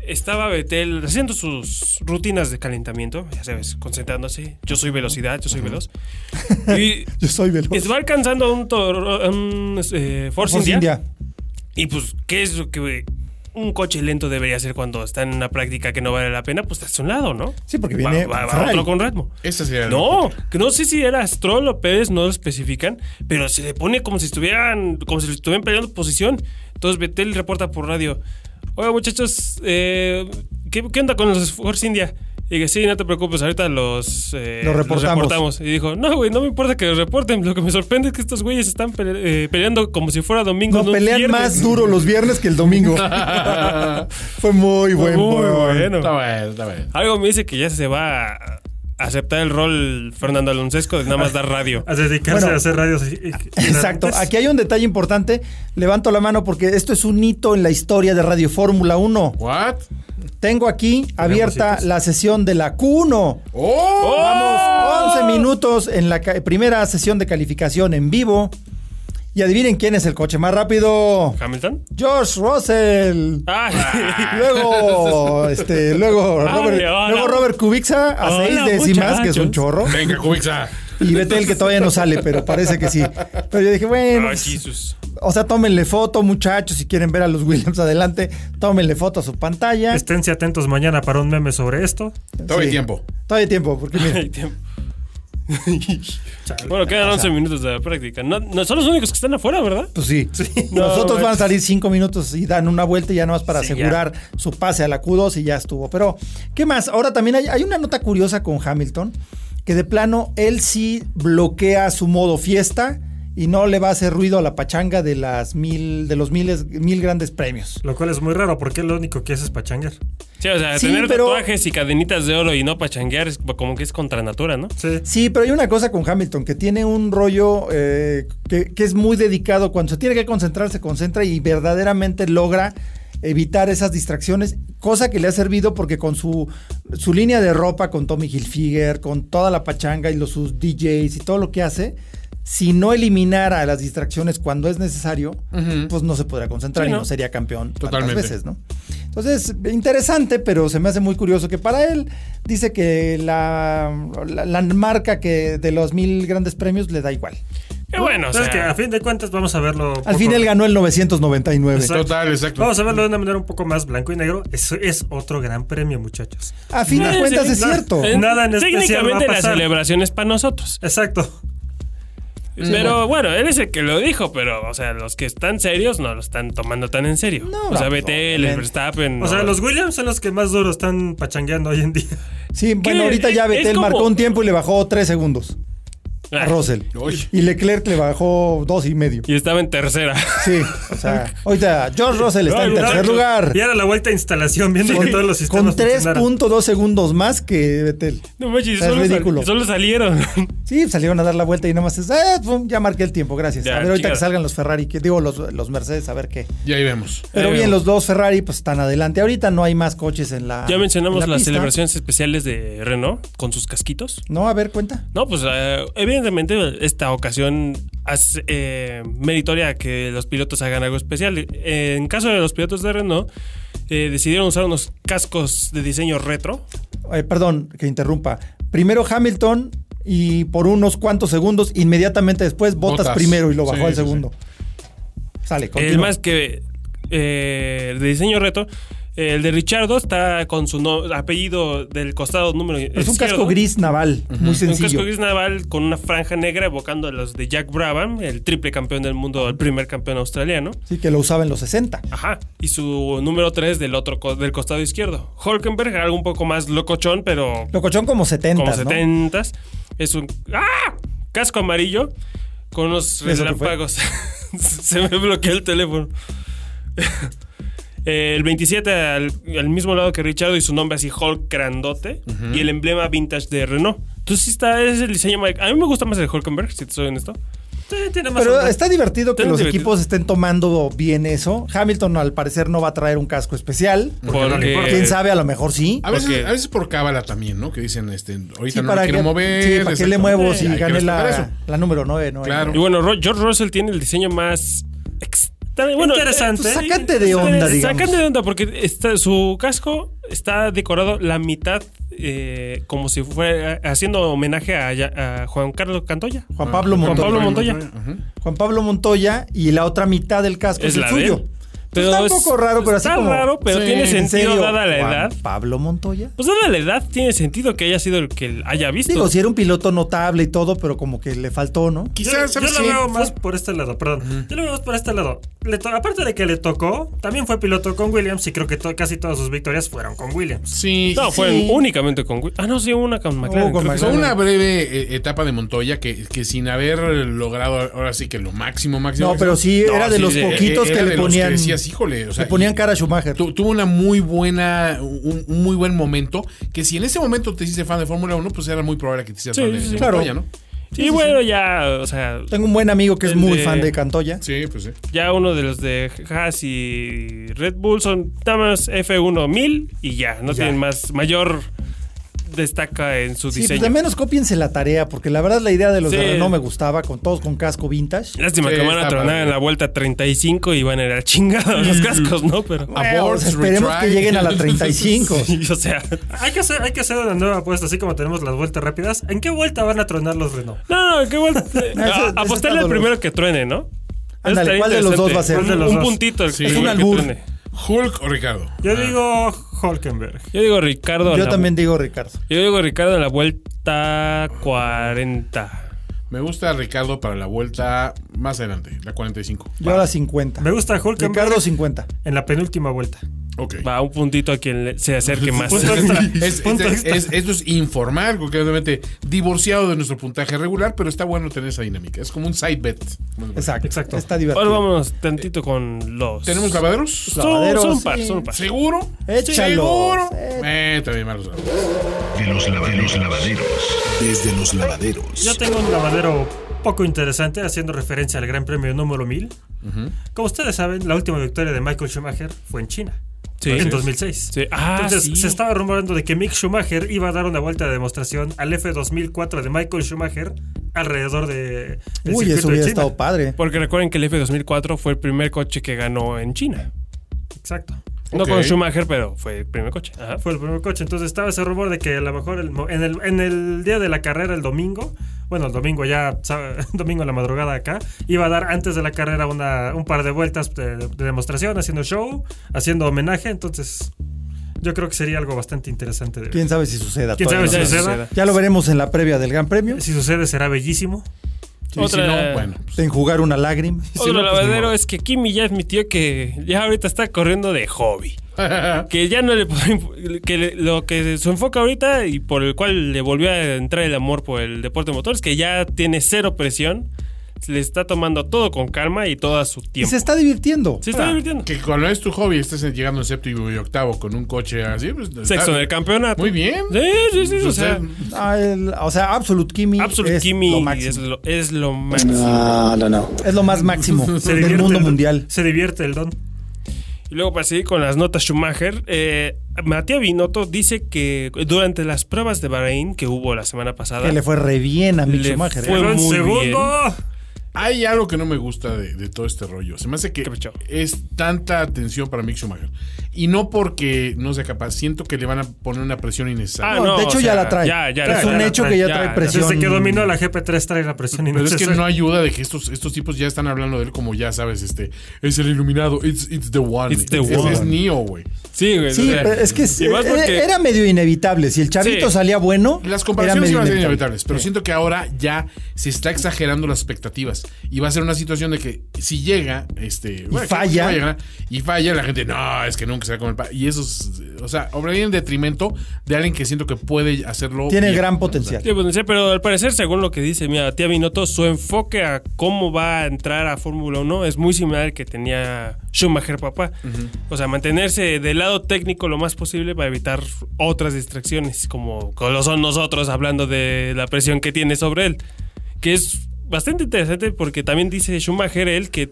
C: estaba Betel haciendo sus rutinas de calentamiento, ya sabes, concentrándose. Yo soy velocidad, yo
A: *laughs*
C: soy veloz. Y
A: Yo soy veloz.
C: se va alcanzando un, toro- un, eh, Force,
A: Force
C: India.
A: India.
C: Y pues, ¿qué es lo que un coche lento debería hacer cuando está en una práctica que no vale la pena? Pues está a un lado, ¿no?
A: Sí, porque viene
C: Va, va- va
A: Ferrari.
C: otro con ritmo.
B: Esta sería la
C: No, que no sé si era Astrol o Pérez, no lo especifican, pero se le pone como si estuvieran, como si estuvieran peleando posición. Entonces Betel reporta por radio. Oye, muchachos, eh, ¿qué, qué onda con los Force India? Y que sí, no te preocupes, ahorita los, eh,
A: Los reportamos.
C: reportamos". Y dijo, no, güey, no me importa que los reporten. Lo que me sorprende es que estos güeyes están pele- eh, peleando como si fuera domingo.
A: No,
C: en un
A: pelean
C: viernes".
A: más duro los viernes que el
C: *laughs*
A: domingo. fue muy buen
C: Muy
A: point.
C: bueno.
B: Está bien, está bien.
C: Algo me dice que ya se va a aceptar el rol Fernando Alonsesco de nada más dar radio.
D: A dedicarse
A: Bueno.
D: a hacer radios. i- i-
A: Exacto.
D: itinerantes.
A: Aquí hay un detalle importante. Levanto la mano porque esto es un hito en la historia de Radio Fórmula 1.
B: ¿What?
A: Tengo aquí abierta
D: citas.
A: la sesión de la Q1.
B: ¡Oh!
A: Vamos, 11 minutos en la ca- primera sesión de calificación en vivo. Y adivinen quién es el coche más rápido.
C: ¿Hamilton?
A: George Russell. *laughs*
C: Ah,
A: Y
C: *laughs*
A: Luego, este, luego,
C: Vale,
A: Robert,
C: hola.
A: luego Robert Kubica a
C: Hola,
A: seis décimas, que es un
C: muchachos.
A: chorro.
B: Venga, Cubixa.
A: Y Betel que todavía no sale, pero parece que sí. Pero yo dije, bueno,
C: Ah,
A: pues,
C: Jesus.
A: o sea, tómenle foto, muchachos, si quieren ver a los Williams adelante, tómenle foto a su pantalla.
D: Esténse atentos mañana para un meme sobre esto.
B: Todo el
A: Sí.
B: tiempo.
A: Todavía hay tiempo, porque mira,
C: Hay tiempo. bueno, quedan 11 minutos de la práctica. No, no, son los únicos que están afuera, ¿verdad?
A: pues sí. *laughs*
C: No,
A: Nosotros van a
C: manches.
A: salir cinco minutos y dan una vuelta y ya nomás para
D: Sí,
A: asegurar su pase a la Q2 y ya estuvo. Pero, ¿qué más? Ahora también hay, hay una nota curiosa con Hamilton, que de plano él sí bloquea su modo fiesta y no le va a hacer ruido a la pachanga de las mil, de los miles, mil grandes premios.
D: Lo cual es muy raro porque lo único que hace es pachanguear.
C: Sí, o sea,
A: Sí,
C: tener
A: pero-
C: tatuajes y cadenitas de oro y no pachanguear es como que es contra natura, ¿no?
D: Sí.
A: Sí, pero hay una cosa con Hamilton que tiene un rollo eh, que, que es muy dedicado. Cuando se tiene que concentrar, se concentra y verdaderamente logra evitar esas distracciones, cosa que le ha servido porque con su, su línea de ropa, con Tommy Hilfiger, con toda la pachanga y los, sus DJs y todo lo que hace, si no eliminara las distracciones cuando es necesario, pues no se podrá concentrar
C: Sí,
A: y
C: ¿no?
A: no sería campeón tantas
B: Totalmente.
A: veces, ¿no? Entonces, interesante, pero se me hace muy curioso que para él dice que la, la, la marca que de los mil grandes premios le da igual.
C: Qué Eh, bueno, o
D: Entonces, que a
C: sea,
D: fin de cuentas vamos a verlo.
A: Al fin él ganó el 999.
D: Exacto.
B: Total, exacto.
D: Vamos a verlo de una manera un poco más blanco y negro. Eso es otro gran premio, muchachos.
A: A fin de
C: No,
A: cuentas
C: sí,
A: es
D: no.
A: cierto.
D: Eh, nada en especial va a
C: técnicamente la
D: pasar.
C: celebración es para nosotros.
D: Exacto.
C: Pero bueno, él es el que lo dijo, pero, o sea, los que están serios no lo están tomando tan en serio.
A: No,
C: o sea,
A: no,
C: Vettel,
A: obviamente.
C: Verstappen.
D: O sea,
C: no.
D: los Williams son los que más duro están pachangueando hoy en día.
A: Sí, bueno, ahorita
C: Es-
A: ya
C: es
A: Betel
C: como-
A: marcó un tiempo y le bajó tres segundos a
C: Ah,
A: Russell.
B: Uy.
A: Y Leclerc le bajó dos y medio.
C: Y estaba en tercera. *laughs*
A: Sí, o sea, ahorita George Russell está *laughs* en
C: Ay,
A: tercer
C: no,
A: lugar.
D: Y ahora la vuelta a instalación, viendo que todos los
A: Con
D: sistemas funcionaran.
A: 3.2 segundos más que Betel.
C: No manches,
A: O sea, es
C: solo, sal-
A: ridículo.
C: solo salieron. *laughs*
A: Sí, salieron a dar la vuelta y nada más es, "Ah, pum, ya marqué el tiempo, gracias.
C: Ya,
A: a ver, ahorita
C: chingada.
A: que salgan los Ferrari, que, digo, los, los Mercedes, a ver qué.
B: Y ahí vemos.
A: Pero
C: Ahí
A: bien, los
C: vemos.
A: dos Ferrari pues están adelante. Ahorita no hay más coches en la.
C: ya mencionamos
A: en Ah, la
C: las
A: pista.
C: celebraciones especiales de Renault con sus casquitos.
A: No, a ver, cuenta.
C: No, pues eh, evidentemente esta ocasión es eh, meritoria que los pilotos hagan algo especial. En caso de los pilotos de Renault, eh, decidieron usar unos cascos de diseño retro.
A: Eh, perdón, que interrumpa. Primero Hamilton y por unos cuantos segundos, inmediatamente después, Botas,
B: Bottas.
A: primero y lo bajó
B: Sí,
A: al
B: sí, sí.
A: segundo. Sale,
C: El
A: continúa.
C: más que eh, de diseño retro, el de Richardo está con su no- apellido del costado número.
A: es un
C: izquierdo.
A: casco gris naval, muy
C: Un
A: sencillo.
C: casco gris naval con una franja negra evocando a los de Jack Brabham, el triple campeón del mundo, el primer campeón australiano.
A: Sí, que lo usaba en los 60.
C: Ajá. Y su número 3 del otro co- del costado izquierdo. Holkenberg, algo un poco más locochón, pero
A: Locochón como 70. ¿no?
C: como 70 Es un ¡Ah! casco amarillo con unos
A: ¿Eso qué fue?
C: relámpagos. *laughs* Se me bloqueó el teléfono. *laughs* Eh, El 27 al, al mismo lado que Richard y su nombre así Hulk grandote y el emblema vintage de Renault. Entonces sí está, es el diseño. Mike. A mí me gusta más el Hulkenberg, si te soy honesto.
D: Sí, tiene más
A: Pero
D: onda.
A: está divertido que
C: Está
A: los
C: divertido.
A: equipos estén tomando bien eso. Hamilton al parecer no va a traer un casco especial.
C: Porque,
A: Quién sabe, a lo mejor sí.
B: A veces,
C: Porque-
B: a veces por cábala también, ¿no? Que dicen, este, ahorita
A: Sí,
B: no me quiero
A: que-
B: mover.
A: sí, ¿para qué le
B: exactamente.
A: muevo
B: Sí,
A: si
B: hay que
A: gané
B: respetar eso.
A: la, la número 9? No,
B: Claro.
C: Y bueno, Ro- George Russell tiene el diseño más extra- bueno,
D: Interesante.
C: eh, pues,
A: Sácate de onda,
C: eh,
A: digamos.
C: Sácate de onda porque está, su casco está decorado la mitad eh, como si fuera haciendo homenaje a, Ya- a Juan Carlos Cantoya.
B: Ah,
A: Juan Pablo
C: Juan
A: Montoya.
C: Pablo Montoya.
A: Juan Pablo Montoya y la otra mitad del casco es,
C: Es
A: el
C: la de
A: suyo.
C: él.
A: Pero Pues está un
C: es-
A: poco raro, pero así
C: está
A: como.
C: raro, pero
B: Sí,
C: tiene
B: en
A: ¿en
C: sentido
A: serio?
C: dada la
A: Juan
C: edad.
A: Pablo Montoya.
C: Pues dada la edad tiene sentido que haya sido el que haya visto.
A: Digo, si era un piloto notable y todo, pero como que le faltó, ¿no?
D: Yo,
B: Quizás,
D: yo
B: ¿sabes
D: lo
B: qué?
D: veo más por este lado, perdón. Yo lo veo más por este lado. Le to- aparte de que le tocó, también fue piloto con Williams y creo que to- casi todas sus victorias fueron con Williams.
B: Sí.
C: no,
B: sí.
C: fue únicamente con... Wi- Ah, no, sí, una con McLaren.
A: con
C: creo que
B: Fue
A: McLaren.
B: una breve eh, etapa de Montoya que, que sin haber logrado ahora sí que lo máximo, máximo.
A: No, pero sí,
C: No,
A: era de
C: sí,
A: los
C: sí,
A: poquitos
B: era
A: que
B: de
A: le
B: los
A: ponían.
B: decías, híjole, o sea,
A: le ponían cara a Schumacher.
B: Tu- tuvo una muy buena, un, un muy buen momento, que si en ese momento te hiciste fan de Fórmula 1, pues era muy probable que te hicieras
C: Sí,
B: fan de,
C: sí,
B: de
A: claro.
B: Montoya, ¿no?
C: y bueno, ya, o sea,
A: Tengo un buen amigo que es
C: El
A: muy
C: de-
A: fan de Cantoya.
B: Sí, pues sí.
C: Ya uno de los de Haas y Red Bull son nada más F1 1000 y ya, no tienen más. Mayor destaca en su
A: Sí,
C: diseño.
A: pues de menos cópiense la tarea, porque la verdad la idea de los
C: Sí.
A: de Renault me gustaba, con todos con casco vintage.
C: Lástima
B: Sí,
C: que van a
B: está
C: tronar
B: padre.
C: en la vuelta 35 y van a ir a la chingada los
A: Mm.
C: cascos, ¿no? Pero.
A: Bueno,
B: Abort,
A: esperemos
B: retry.
A: que lleguen a la 35.
C: Sí, *laughs* o sea.
D: Hay que hacer, hay que hacer una nueva apuesta, así como tenemos las vueltas rápidas. ¿En qué vuelta van a tronar los Renault?
C: No, no, qué
A: *laughs*
C: vuelta.
A: eso está
C: a, apostarle al
A: doloroso.
C: primero que truene, ¿no? Eso
A: Ándale,
C: estaría
A: ¿cuál de los
C: interesante.
A: dos va a ser?
C: Un,
D: ¿Cuál de los
C: un
D: dos?
C: punto. El,
B: Sí.
C: el
B: Es
C: primero
B: un
C: que
A: albur.
C: truene.
B: Hulk o Ricardo.
D: Yo digo Holkenberg.
C: Yo digo Ricardo. a
A: Yo
C: la-
A: también digo Ricardo.
C: Yo digo Ricardo a la vuelta 40.
B: Me gusta Ricardo para la vuelta más adelante, la 45.
A: Yo a la 50.
D: Me gusta Holkenberg
A: Ricardo 50.
D: en la penúltima vuelta.
B: Ok.
C: Va un puntito a quien le-
A: *laughs*
C: se acerque más.
D: Punto
B: *laughs*
D: extra.
B: Es- es-
D: Punto
B: es-
D: extra.
B: es- esto es informal, completamente divorciado de nuestro puntaje regular, pero está bueno tener esa dinámica. Es como un side bet.
A: Exacto.
D: Exacto.
A: Está divertido.
C: Ahora vámonos tantito con los.
B: ¿Tenemos lavaderos?
C: Son, son
A: Lavaderos,
C: par,
A: sí.
C: son par.
B: ¿Seguro?
A: Échalos.
B: ¿Seguro?
A: Eh.
B: Eh, también malos lavaderos.
E: De los lavaderos. Desde los lavaderos.
D: Yo tengo un lavadero poco interesante haciendo referencia al Gran Premio número 1000. Como ustedes saben, la última victoria de Michael Schumacher fue en China.
C: Sí.
D: en 2006.
C: Sí. Ah,
D: Entonces
C: sí.
D: se estaba rumorando de que Mick Schumacher iba a dar una vuelta de demostración al F2004 de Michael Schumacher alrededor de el
A: Uy,
D: circuito
A: eso
D: de
A: hubiera
D: China.
A: estado padre.
C: Porque recuerden que el F2004 fue el primer coche que ganó en China.
D: Exacto.
C: No
B: Ok.
C: con Schumacher, pero fue el primer coche. Ajá.
D: Fue el primer coche, entonces estaba ese rumor de que a lo mejor el mo- en, el, en el día de la carrera, el domingo, bueno, el domingo ya, sabe, *laughs* domingo en la madrugada acá, iba a dar antes de la carrera una, un par de vueltas de, de demostración, haciendo show, haciendo homenaje, entonces yo creo que sería algo bastante interesante. De ver.
A: Quién sabe si suceda.
D: ¿Quién
A: todavía
D: sabe si
A: no sé.
D: suceda?
A: Ya lo veremos en la previa del Gran Premio.
D: Si sucede será bellísimo.
B: Y si
C: Otra-
B: no, bueno.
A: En jugar una lágrima.
C: Otro lavadero es que Kimi ya admitió que ya ahorita está corriendo de hobby. Que ya no le puede- *laughs* que le- lo que su enfoque ahorita y por el cual le volvió a entrar el amor por el deporte motor es que ya tiene cero presión, le está tomando todo con calma y todo a su
A: Y
C: tiempo.
A: se está Ah. divirtiendo.
C: Se está divirtiendo.
B: *laughs* Que cuando es tu hobby estés llegando en séptimo y octavo con un coche así, pues.
C: Sexto
B: está-
C: en el campeonato.
B: Muy bien.
C: Sí, sí, sí, o
B: Pues,
C: sea,
B: eh,
A: Ah, el- o sea, Absolute Kimi.
C: Absolute
A: es
C: Kimi
A: Lo
C: es
A: máximo.
C: lo, es lo máximo.
A: Es lo más
C: *laughs*
A: máximo
D: Se
A: del
D: divierte
A: mundo
D: el-
A: mundial.
D: Se divierte el don.
C: Y luego para seguir con las notas Schumacher, eh, Matías Binotto dice que durante las pruebas de Bahrein que hubo la semana pasada,
A: Que le fue re bien a Mick
C: Le
A: Schumacher.
C: fue
A: ¿eh?
D: Quedó en
C: muy
D: segundo.
B: Hay algo que no me gusta de, de todo este rollo. Se me hace que
C: ¿Qué pecho?
B: es tanta atención para Mick Schumacher. Y no porque no sea capaz, siento que le van a poner una presión innecesaria.
C: Ah, no,
A: de hecho
C: o
A: ya
C: sea,
A: la trae.
C: ya, ya
A: es
C: la
A: un
C: trae, ya
D: la
A: hecho
D: trae,
A: que ya,
C: ya,
A: trae
C: ya.
A: presión.
D: Desde que dominó la GP3 trae la presión
B: Pero es que
D: innecesaria.
B: no ayuda de que estos, estos tipos ya están hablando de él como ya sabes, este es el iluminado, it's, it's the one.
C: It's the
B: Es- es,
C: one.
B: es Neo, güey.
C: Sí, güey.
A: Sí,
C: o sea,
A: pero es que es- eh,
C: y más porque-
A: era medio inevitable. Si el chavito
C: Sí.
A: salía bueno,
B: Las
A: era
B: comparaciones
A: medio
B: iban a ser
A: inevitable.
B: inevitables, pero siento que ahora ya se está exagerando las expectativas y va a ser una situación de que si llega, este, bueno, que
A: falla.
B: va a llegar, y falla, la gente, no, es que nunca se va a comer pa-". Y eso, es, o sea, obraría en detrimento de alguien que siento que puede hacerlo.
A: Tiene
B: bien.
A: gran potencial.
C: Sí, pues, no sé, pero al parecer, según lo que dice mira, tía Binotto, su enfoque a cómo va a entrar a Fórmula 1 es muy similar al que tenía Schumacher papá. O sea, mantenerse del lado técnico lo más posible para evitar otras distracciones, como como lo son nosotros hablando de la presión que tiene sobre él. Que es bastante interesante porque también dice Schumacher él que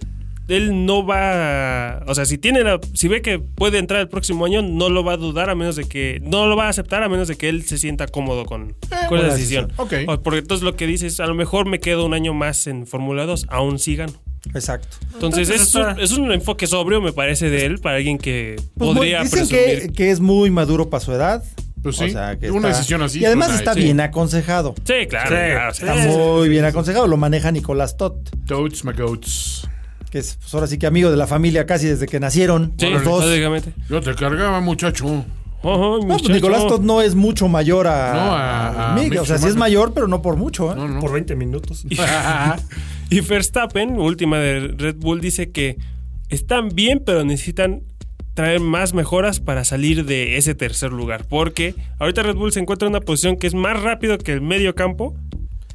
C: él no va, a- o sea, si tiene la- si ve que puede entrar el próximo año, no lo va a dudar a menos de que no lo va a aceptar a menos de que él se sienta cómodo
A: Eh,
C: con, con la decisión.
B: Ok.
C: O- Porque entonces lo que dices, a lo mejor me quedo un año más en Fórmula 2, aún sigan.
A: Exacto.
C: Entonces,
D: Entonces
C: es, un,
D: está-
C: es un enfoque sobrio, me parece, de él para alguien que
A: Pues muy-
C: podría
A: dicen
C: presumir.
A: que, que es muy maduro para su edad.
B: Pues sí,
A: que
B: una
A: está-
B: decisión así
A: Y además
B: es una-
A: está
B: sí.
A: bien aconsejado.
C: Sí, claro.
D: Sí.
C: claro,
D: Sí.
A: Está
D: Eh,
A: muy bien aconsejado. Lo maneja Nicolás Todd,
B: Toads, my goats.
A: que es pues, ahora sí que amigo de la familia casi desde que nacieron.
C: Sí,
A: los dos.
C: prácticamente.
B: Yo te cargaba, *laughs* muchacho.
C: Ojo,
A: No, pues,
C: muchacho.
A: Nicolás Todd no es mucho mayor a,
B: No, a- a
A: Mick. O sea, sí
B: Mick
A: es mayor, pero no por mucho. ¿eh?
B: No,
D: Por
B: no.
D: 20 minutos.
C: Y Verstappen, última de Red Bull, dice que están bien, pero necesitan traer más mejoras para salir de ese tercer lugar. Porque ahorita Red Bull se encuentra en una posición que es más rápido que el medio campo,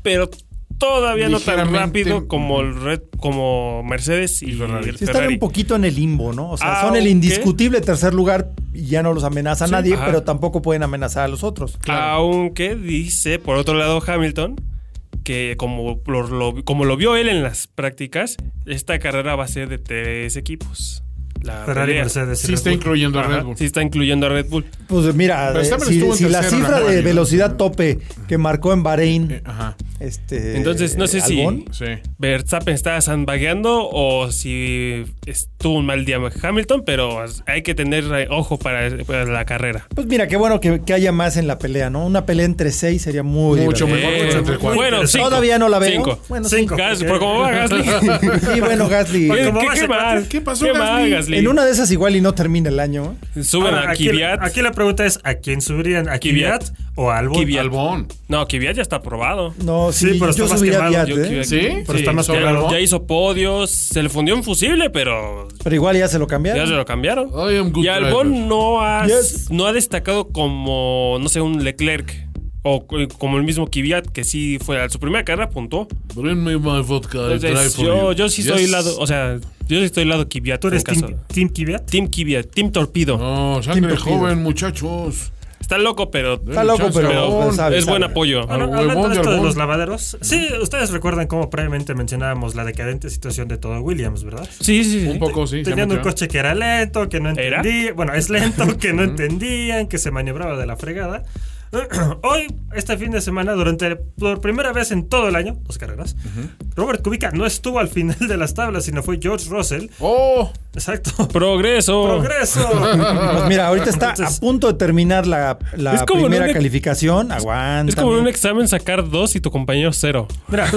C: pero todavía no tan
B: Ligeramente.
C: rápido como, el Red, como Mercedes y,
B: Y Ferrari. Ah,
C: Ferrari.
A: Sí, están un poquito en el limbo, ¿no? O sea, son el
C: Aunque-
A: indiscutible tercer lugar y ya no los amenaza a nadie,
C: ajá.
A: pero tampoco pueden amenazar a los otros.
C: Aunque dice, por otro lado, Hamilton, que como lo, lo- como lo vio él en las prácticas, esta carrera va a ser de tres equipos. La
D: Ferrari,
C: pelea.
D: Mercedes. y
B: Sí
D: Red
B: está
D: Bull.
B: incluyendo a Red Bull.
C: Sí está incluyendo a Red Bull.
A: Pues mira,
B: Pero
A: eh,
B: Verstappen
A: si,
B: estuvo en
A: si la
B: tercero,
A: cifra
B: ¿no?
A: de
B: Ahí, ¿no?
A: velocidad tope que marcó en Bahrein,
B: Eh, Ajá,
A: este.
C: Entonces, no sé si-
A: Albon,
B: sí.
C: Verstappen está sandbagueando o si estuvo un mal día Hamilton, pero hay que tener eh, ojo para, para la carrera.
A: Pues mira, qué bueno que, que haya más en la pelea, ¿no? Una pelea entre seis sería muy.
B: Mucho
A: divertida.
B: mejor que los entre cuatro.
C: Eh, bueno, cinco.
A: Todavía no la veo.
C: Cinco.
A: Bueno,
D: Cinco.
C: Gas- por cómo va Gasly.
B: *laughs*
A: Y bueno, Gasly.
C: ¿Qué,
D: cómo
C: qué-
D: va
C: qué
D: ese
C: mal?
D: cuate?
B: ¿Qué pasó,
C: ¿Qué mal,
B: Gasly? Ah,
C: Gasly?
A: En una de esas igual y no termina el año. ¿eh?
C: Suben a
D: Ahora, aquí,
C: Kvyat.
D: aquí la pregunta es, ¿a quién subirían? ¿A
C: Kvyat.
D: Kvyat o a Albon?
C: Kvyat.
B: Albón.
C: No, Kvyat ya está aprobado.
A: No, sí,
D: Sí, pero está
A: yo
D: más
A: subiría a
D: quemado,
A: Viat,
C: Yo
A: ¿eh?
C: Kvyat-
B: Sí, pero está más
C: ya-
B: claro.
C: Ya hizo podios, se le fundió un fusible, pero
A: Pero igual ya se lo cambiaron.
C: ya se lo cambiaron.
B: I am good
C: Y Albon
B: driver.
C: no ha,
A: Yes.
C: no ha destacado como, no sé, un Leclerc o co- como el mismo Kvyat, que sí fue a su primera carrera, apuntó.
B: Bring me my vodka. I try
C: Entonces,
B: for
C: yo,
B: you.
C: yo sí
B: Yes.
C: soy lado, o sea, yo sí estoy lado Kvyat
D: ¿Tú
C: en
D: eres
C: caso.
D: Team, team Kvyat?
C: Team Kvyat, Team Torpido.
B: No, sangre
A: Team Torpedo.
B: Oh, joven, muchachos.
C: Está loco, pero
A: Está loco,
B: Chance,
A: pero,
C: pero
A: pero sabe,
C: es
A: sabe.
C: buen apoyo.
B: Ah,
D: Ahora,
B: huevón
D: hablando de
B: de
D: esto de
B: Albon.
D: los lavaderos, sí, ustedes recuerdan cómo previamente mencionábamos la decadente situación de todo Williams, ¿verdad?
C: Sí, sí, sí.
B: Un poco, sí. se
D: Tenían un
B: metió.
D: coche que era lento, que no
C: ¿Era?
D: entendía. Bueno, es lento, que no entendían, que se maniobraba de la fregada. *clears throat* Hoy, este fin de semana, durante por primera vez en todo el año, dos carreras, Robert Kubica no estuvo al final de las tablas, sino fue George Russell.
B: ¡Oh!
D: Exacto.
C: Progreso.
D: Progreso.
B: *laughs*
A: Pues mira, ahorita está
D: Entonces-
A: a punto de terminar la, la
C: Es como en
A: primera
C: un-
A: calificación. Aguanta.
C: Es como en un examen sacar dos y tu compañero cero.
D: Mira,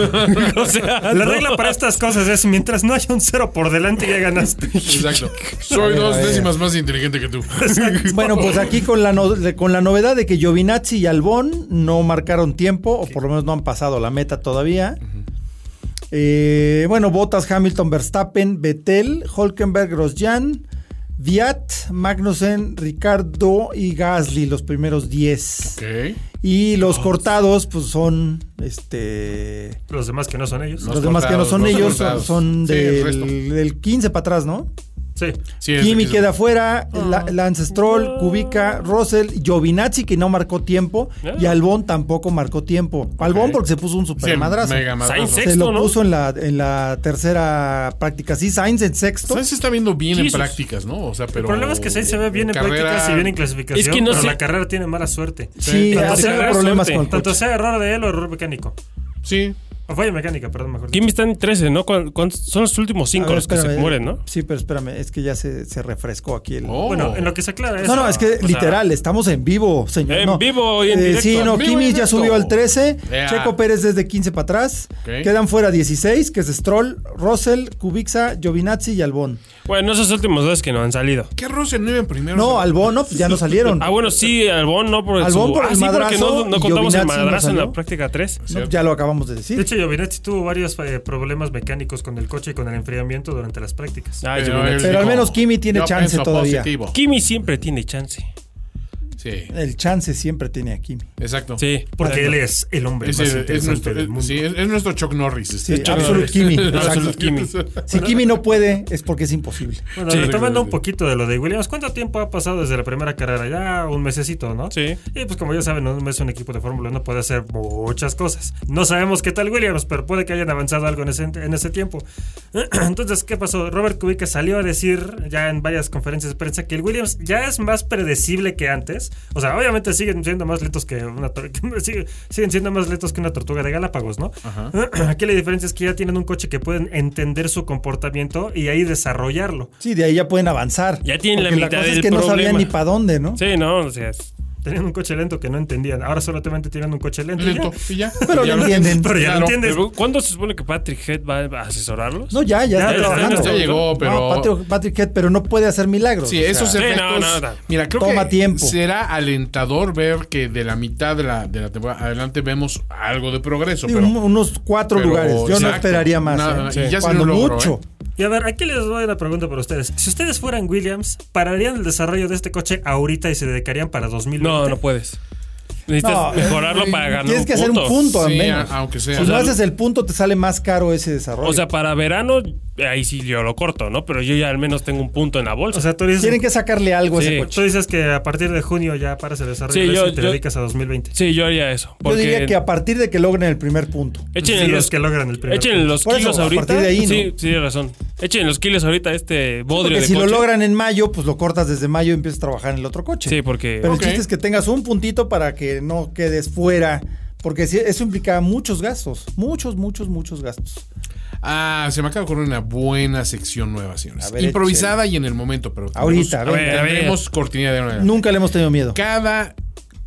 C: O sea, no.
D: la regla
C: *laughs*
D: para estas cosas es mientras no haya un cero por delante ya ganaste. *laughs*
B: Exacto. Soy
A: ver,
B: dos
A: a ver.
B: décimas más inteligente que tú.
A: Bueno, pues aquí con la, no- de- con la novedad de que Giovinazzi y Albón no marcaron tiempo, o por lo menos no han pasado la meta todavía. Eh, bueno, Bottas, Hamilton, Verstappen, Vettel, Holkenberg, Grosjean, Viat, Magnussen, Ricardo y Gasly, los primeros 10.
B: Ok.
A: Y los cortados, pues son este.
D: Los demás que no son ellos.
B: Los
A: Los, demás que no
B: cortados,
A: son
B: los
A: ellos son,
B: cortados.
A: son
B: Sí, el resto.
A: del, del 15 para atrás, ¿no?
D: Sí.
B: Sí, es
A: Kimi
B: que-
A: queda afuera,
C: Ah.
A: la, Lance Stroll, Kubica, Russell, Giovinazzi que no marcó tiempo
C: Ah.
A: y Albón tampoco marcó tiempo. Albón porque se puso un
B: Sí,
A: super madrazo.
B: mega madrazo.
C: Sainz,
A: Se
C: Sexto,
A: lo
C: ¿no?
A: puso en la, en la tercera práctica. Sí, Sainz en sexto.
B: Sainz se está viendo bien
C: Jesus.
B: en prácticas, ¿no? O sea, pero.
D: El problema es que Sainz se ve bien en prácticas y bien en clasificación,
C: Es que no
D: pero
C: sé-
D: la carrera tiene mala suerte.
A: Sí,
C: Tanto
A: ha
C: se
A: tenido
C: agarra
A: problemas
C: suerte,
A: con el
D: Tanto
A: coche.
D: sea error de él o error mecánico.
B: Sí.
D: O falla mecánica, perdón, mejor dicho.
C: Kimi está en 13, ¿no? ¿Cuán- cuántos- Son los últimos
A: A
C: 5
A: ver,
C: los que se
A: espérame.
C: mueren, ¿no?
A: Sí, pero espérame, es que ya se, se refrescó aquí el...
B: Oh.
D: Bueno, en lo que se aclara
A: No, no, es que
D: o sea,
A: literal, estamos en vivo, señor.
C: En
A: No. eh,
C: vivo y en directo.
A: Sí, no,
B: En vivo y
A: Kimi
B: en
A: ya
B: directo.
A: subió al 13,
B: Yeah.
A: Checo Pérez desde 15 para atrás,
B: Ok.
A: quedan fuera 16, que es Stroll, Russell, Kubica, Giovinazzi y Albón.
C: Bueno, esos últimos dos que no han salido.
B: ¿Qué Russell no iba en primero?
A: No, Albón, no, pues ya no salieron.
C: Ah, bueno, sí, Albón no por el
A: Albón
C: su-
A: por
C: ah,
A: el
C: sí, porque
A: madrazo
C: no, no
A: y
C: contamos
A: Giovinazzi
C: el
A: no
C: madrazo en la
A: salió.
C: práctica 3.
A: No, ya lo acabamos de
D: De
A: decir.
D: hecho, Giovinazzi tuvo varios eh, problemas mecánicos con el coche y con el enfriamiento durante las prácticas.
C: Ah,
B: Pero
C: Giovinazzi.
B: él
A: Pero al
B: dijo,
A: menos Kimi tiene
B: yo
A: chance
B: pienso
A: todavía.
B: positivo.
C: Kimi siempre tiene chance.
B: Sí,
A: El chance siempre tiene a Kimi.
B: exacto.
C: Sí.
D: Porque él es el hombre
B: Es,
D: más
B: el- es
D: interesante
B: nuestro,
D: del mundo.
B: sí, es, es nuestro Chuck Norris.
A: Sí,
B: este.
A: Absolute
C: Norris.
B: *laughs*
A: Kimi.
C: Absolute
A: exacto.
C: Kimi.
A: Si Kimi no puede, es porque es imposible.
D: Bueno,
B: Sí.
D: retomando un poquito de lo de Williams, ¿cuánto tiempo ha pasado desde la primera carrera? Ya un mesecito, ¿no?
C: Sí.
D: Y pues como ya saben, un mes un equipo de Fórmula 1 puede hacer muchas cosas. No sabemos qué tal Williams, pero puede que hayan avanzado algo en ese, en ese tiempo. *clears throat* Entonces, ¿qué pasó? Robert Kubica salió a decir ya en varias conferencias de prensa que el Williams ya es más predecible que antes. O sea, obviamente siguen siendo más lentos que una tor- *laughs* sigue- siguen siendo más lentos que una tortuga de Galápagos, ¿no? *clears throat* Aquí la diferencia es que ya tienen un coche que pueden entender su comportamiento y ahí desarrollarlo.
A: Sí, de ahí ya pueden avanzar.
C: Ya tienen la
A: Porque
C: mitad
A: cosa es
C: del
A: que no sabían
C: problema.
A: ni para dónde, ¿no?
C: Sí, no, o sea, es-
D: Tenían un coche lento que no entendían. Ahora solamente tienen un coche lento. y ya.
B: Lento, y ya.
A: Pero
B: Ya
A: lo entienden.
D: Pero ya
B: Claro.
D: lo entiendes.
C: pero ¿Cuándo se supone que Patrick Head va a asesorarlos?
A: No, ya, ya,
D: Ya,
A: está
D: ya
A: trabajando.
B: Ya llegó, pero.
A: No, Patrick, Patrick Head, pero no puede hacer milagros.
B: Sí,
A: O sea,
B: esos
C: sea, sí,
B: efectos.
C: no, no, no.
B: Mira, creo
A: Toma
B: que
A: tiempo.
B: será alentador ver que de la mitad de la, de la temporada adelante vemos algo de progreso.
A: sí,
B: pero,
A: un- unos cuatro
B: pero,
A: lugares. Yo no
B: exacto.
A: esperaría más.
B: Nada,
A: ¿eh?
B: y ya se
A: Cuando
B: lo logró,
A: mucho.
B: ¿eh?
D: Y a ver, aquí les doy la pregunta para ustedes. Si ustedes fueran Williams, ¿pararían el desarrollo de este coche ahorita y se dedicarían para 2020?
C: No, no puedes. Necesitas
A: No,
C: mejorarlo
A: eh,
C: para ganar.
A: Tienes que hacer un punto al
B: Sí,
A: menos.
B: a- aunque sea.
A: Si
B: O sea,
A: no haces el punto, te sale más caro ese desarrollo.
C: O sea, para verano, ahí sí yo lo corto, ¿no? Pero yo ya al menos tengo un punto en la bolsa.
D: O sea, tú dices,
A: Tienen que sacarle algo a
C: Sí.
A: ese
D: tú
A: coche.
D: dices que a partir de junio ya paras el desarrollo
C: Sí,
D: de eso
C: yo-
D: y te
C: yo-
D: dedicas a 2020.
C: sí, yo haría eso.
A: Yo
C: Porque
A: diría que a partir de que logren el primer punto.
C: échenle
D: Sí,
C: los,
D: es que logran el primer
C: échenle
D: punto.
C: los
A: Por eso,
C: kilos
A: a
C: ahorita.
A: partir de ahí, ¿no?
C: Sí, sí, tienes razón. Échenle los kilos ahorita a este bodrio
A: Porque
C: de
A: si lo
C: coche.
A: logran en mayo, pues lo cortas desde mayo y empiezas a trabajar en el otro coche.
C: Sí, porque...
A: Pero
B: Ok.
A: el chiste es que tengas un puntito para que no quedes fuera. Porque sí, eso implica muchos gastos. Muchos, muchos, muchos gastos.
B: Ah, se me acaba de ocurrir una buena sección nueva, señores.
A: A ver,
B: Improvisada y en el momento, pero.
A: Ahorita,
B: tenemos-
A: a ver,
C: a ver.
B: Tenemos cortina de una.
A: Nunca le hemos tenido miedo.
B: Cada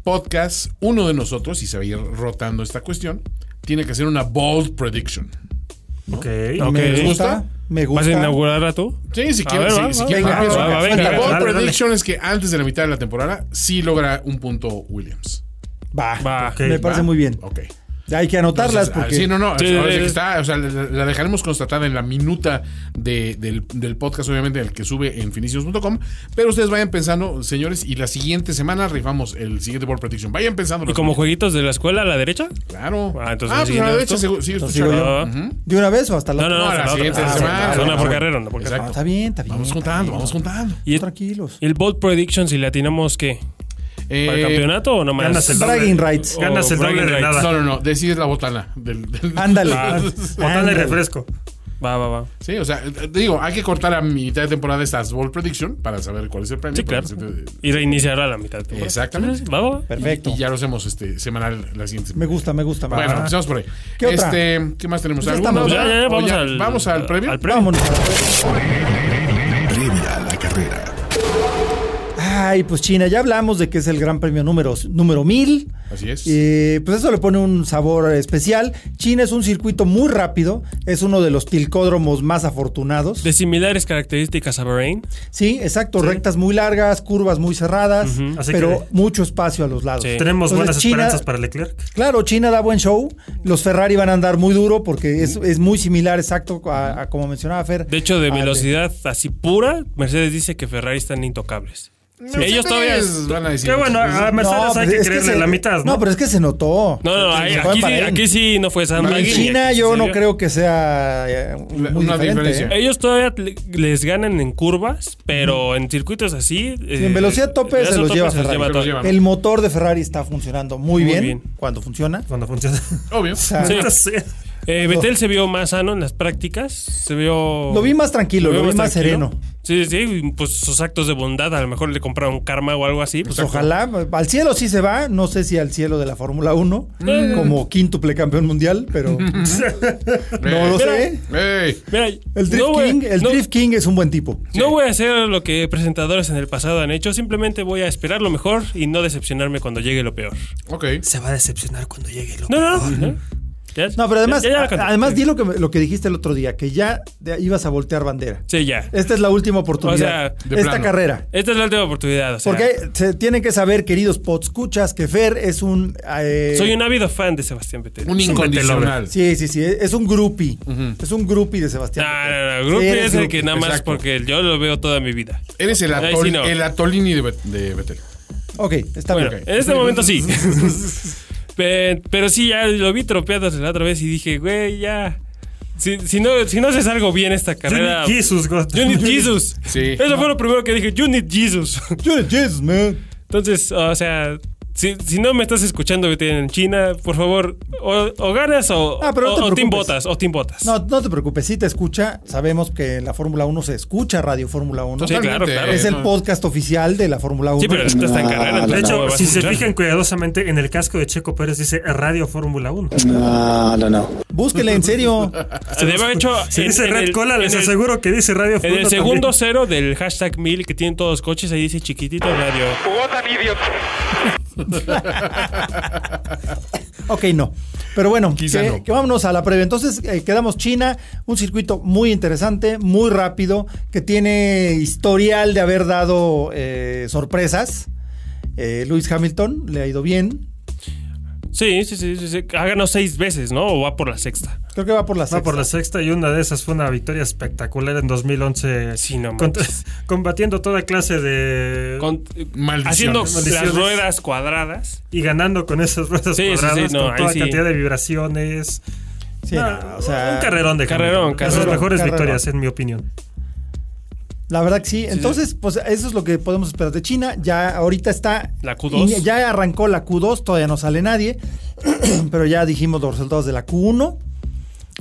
B: podcast, uno de nosotros, y se va a ir rotando esta cuestión, tiene que hacer una bold prediction.
D: Ok.
C: Ok.
A: Me
C: ¿Les
B: gusta?
A: gusta. Me gusta.
C: ¿Vas a inaugurarla tú?
B: Sí, si
C: A
B: quieres.
C: ver, va,
B: si- si
C: va,
B: quieres,
A: va,
B: empiezo.
A: va, va,
B: La
A: venga,
B: bold
D: dale, dale.
B: prediction es que antes de la mitad de la temporada sí logra un punto Williams.
A: Va.
C: Va.
D: Ok,
A: me parece
D: va.
A: Ah, muy bien.
B: Ok.
A: Hay que anotarlas
B: Entonces, ah,
A: porque.
B: Sí, no, no.
C: Sí,
B: ahora sí
C: eh,
B: que está, o sea, la, la dejaremos constatada en la minuta de- del, del podcast, obviamente, el que sube en finicios.com. Pero ustedes vayan pensando, señores, y la siguiente semana rifamos el siguiente Board Prediction. Vayan pensando.
C: ¿Y como jueguitos de la escuela a la derecha?
B: Claro.
C: Ah, entonces me
B: ah pues a la
C: sigues
B: derecha
C: tú.
B: sigo, sigo
A: Entonces
B: escuchando.
A: sigo
C: yo.
B: Ujú.
A: ¿De una vez o hasta la
C: No, no, no.
B: No, la
C: hasta
B: siguiente
C: otra. Ah,
B: semana.
C: Una por
B: Ah,
C: carrera, una por
B: exacto.
C: carrera.
A: Ah, Está bien, está bien.
B: Vamos
A: está
B: contando,
A: bien.
B: vamos contando.
C: Y
A: Tranquilos.
C: ¿Y el Bold Prediction si le atinamos qué? ¿Para el
B: Eh,
C: campeonato o nomás?
D: ganas el doble.
A: Bragging rights.
C: O
D: Ganas el doble
C: pues, Oh, bragging
D: de
C: rights.
D: nada.
B: No, no, no. Decides la botana. Del, del-
A: Ándale.
B: Ah, *laughs*
D: Botana de refresco.
C: Va, va, va.
B: Sí, o sea, eh, digo, hay que cortar a mitad de temporada estas Bold Prediction para saber cuál es el premio.
C: Sí, claro.
B: Para que se te-
C: Y reiniciará la mitad. de temporada.
B: Exactamente.
C: Va, va, va.
A: Perfecto.
B: Y ya lo hacemos este, semanal la siguiente.
A: Me gusta, me gusta. me
B: Bueno, pues,
A: gusta.
B: empezamos por ahí.
A: ¿Qué otra?
B: Este, ¿Qué más tenemos?
A: Pues ya
B: ¿Alguna
A: estamos.
C: Ya, ya, ya,
B: otra? ¿O
C: vamos, al,
B: vamos al premio.
C: Al premio.
A: Vámonos.
E: Previa a la carrera.
A: Ay, pues China, ya hablamos de que es el gran premio número, número 1000.
B: Así es.
A: Y pues eso le pone un sabor especial. China es un circuito muy rápido, es uno de los tilcódromos más afortunados.
C: De similares características a Bahrein.
A: Sí, exacto, rectas muy largas, curvas muy cerradas,
D: Así
A: pero
D: que-
A: mucho espacio a los lados.
C: Sí.
D: Tenemos
A: Entonces,
D: buenas
A: China-
D: esperanzas para Leclerc.
A: Claro, China da buen show. Los Ferrari van a andar muy duro porque es, es muy similar, exacto, a, a como mencionaba Fer.
C: De hecho, de
A: al
C: velocidad así pura, Mercedes dice que Ferrari están intocables.
B: Mercedes
C: Ellos todavía.
B: van a decir.
D: Qué bueno, a
B: Mercedes-
D: Mercedes
A: No,
D: hay
A: pues
D: que
A: es que
D: creerle
A: se-
D: la mitad, ¿no?
A: No, pero es que se notó.
C: No, no,
A: Se
C: ahí-
A: notó en
C: aquí, sí,
A: Bahrein.
C: aquí sí no fue San
A: En
C: Martín.
A: China
C: Aquí
A: yo
C: se
A: no
C: vio.
A: creo que sea eh,
B: La-
A: muy
B: una
A: diferente,
B: diferencia.
A: ¿eh?
C: Ellos todavía le- les ganan en curvas, pero en circuitos así. eh,
A: en velocidad tope se los lleva Ferrari.
B: Se los lleva.
C: todo.
B: Vamos.
A: El motor de Ferrari está funcionando muy,
C: Muy
A: bien,
C: bien.
A: cuando funciona.
D: Cuando funciona. *laughs*
C: ah.
B: Obvio.
A: O sea,
C: Sí.
D: Maldita sea.
C: Eh, Vettel se vio más sano en las prácticas. Se vio.
A: Lo vi más tranquilo, lo vi más,
C: tranquilo.
A: sereno.
C: Sí, sí, y, pues sus actos de bondad. A lo mejor le compraron karma o algo así.
A: Pues ojalá, al cielo sí se va, no sé si al cielo de la Fórmula 1,
C: Mm.
A: como quíntuple campeón mundial,
C: *laughs*
A: pero no lo sé.
B: Ey,
C: Mira,
A: El Drift,
C: no voy a-
A: King, el
C: no-
A: Drift King es un buen tipo.
C: No voy a hacer lo que presentadores en el pasado han hecho, simplemente voy a esperar lo mejor y no decepcionarme cuando llegue lo peor.
B: ok.
D: Se va a decepcionar cuando llegue. Lo
C: No, no, no. Ya-
A: No, pero además,
C: ya- ya la canté.
A: además di lo que, lo que dijiste el otro día, que ya de- ibas a voltear bandera.
C: Sí, ya.
A: Esta es la última oportunidad.
C: O
B: sea, de
A: esta
B: plano.
A: carrera.
C: Esta es la última oportunidad. o sea,
A: Porque se tienen que saber, queridos podscuchas, que Fer es un... eh,
C: soy un ávido fan de Sebastián Vettel.
B: Un incondicional.
A: Sí, sí, sí, es un groupie. Es un groupie de Sebastián.
C: No,
A: Vettel.
C: no, no.
A: Sí,
C: Grupi
A: eres
C: es el
A: groupie.
C: que nada más
B: exacto.
C: porque yo lo veo toda mi vida.
B: Eres el,
C: Ahí
B: atol-
C: sí no.
B: el atolini de, Bet- de Betel.
A: Ok, está
C: Bueno,
A: bien.
C: en este
A: *laughs*
C: momento sí. Pe- pero sí, ya lo vi tropeado la otra vez y dije, güey, ya. Si, si no, si no haces algo bien esta carrera.
D: Johnny Jesus, God.
C: You
D: *laughs*
C: need Jesus.
B: Sí.
C: Eso fue lo primero que dije. You need Jesus. *laughs*
A: You're Jesus, man.
C: Entonces, ah, o sea, si, si no me estás escuchando que en China, por favor, o, o ganas o,
A: Ah, pero no
C: o-
A: te
C: o
A: preocupes.
C: botas. O team botas.
A: No, no te preocupes, si te escucha. Sabemos que en la Fórmula 1 se escucha Radio Fórmula 1.
C: Sí, claro, claro.
A: Es el
B: no.
A: podcast oficial de la Fórmula 1.
C: sí, pero ahorita está en carrera.
D: Ah, De
C: entonces no
D: hecho,
C: Ah, me vas
D: si
C: a
D: se
C: escuchar.
D: fijan cuidadosamente, en el casco de Checo Pérez dice Radio Fórmula 1.
A: Búsquele, en serio.
C: *laughs* Se debe haber hecho.
D: Si
C: en-
D: dice
C: en
D: Red
C: el-
D: Cola,
C: en
D: les
C: el-
D: aseguro que dice Radio
C: En
D: Fórmula
C: el segundo cero del hashtag 1000 que tienen todos los coches, ahí dice chiquitito radio.
A: Ok, no. Pero bueno,
B: Quizá
A: que,
B: no.
A: que vámonos a la previa. Entonces, eh, quedamos China, un circuito muy interesante, muy rápido, que tiene historial de haber dado eh, sorpresas. Eh, Lewis Hamilton le ha ido bien.
C: Sí, sí, sí, sí, sí. Ha ganado seis veces, ¿no? O va por la sexta.
A: Creo que va por la sexta.
D: Va por la sexta y una de esas fue una victoria espectacular en 2011.
C: Sí, no
D: Cont-
C: manches.
D: *laughs* combatiendo toda clase de.
C: Con-
B: Maldición.
C: haciendo las
D: Maldiciones.
C: ruedas cuadradas.
D: y ganando con esas ruedas
C: Sí, sí, sí,
D: cuadradas,
C: no,
D: con toda
C: ahí sí.
D: cantidad de vibraciones.
A: Sí,
D: No,
A: no, o sea,
D: un carrerón de
C: Carrerón,
D: Hamilton. Las
C: carrerón,
D: mejores
A: carrerón.
D: victorias, en mi opinión.
A: La verdad que sí. Entonces, pues eso es lo que podemos esperar de China. Ya ahorita está.
C: La Q2.
A: y Ya arrancó la Q2, todavía no sale nadie. *clears throat* pero ya dijimos los resultados de la Q1.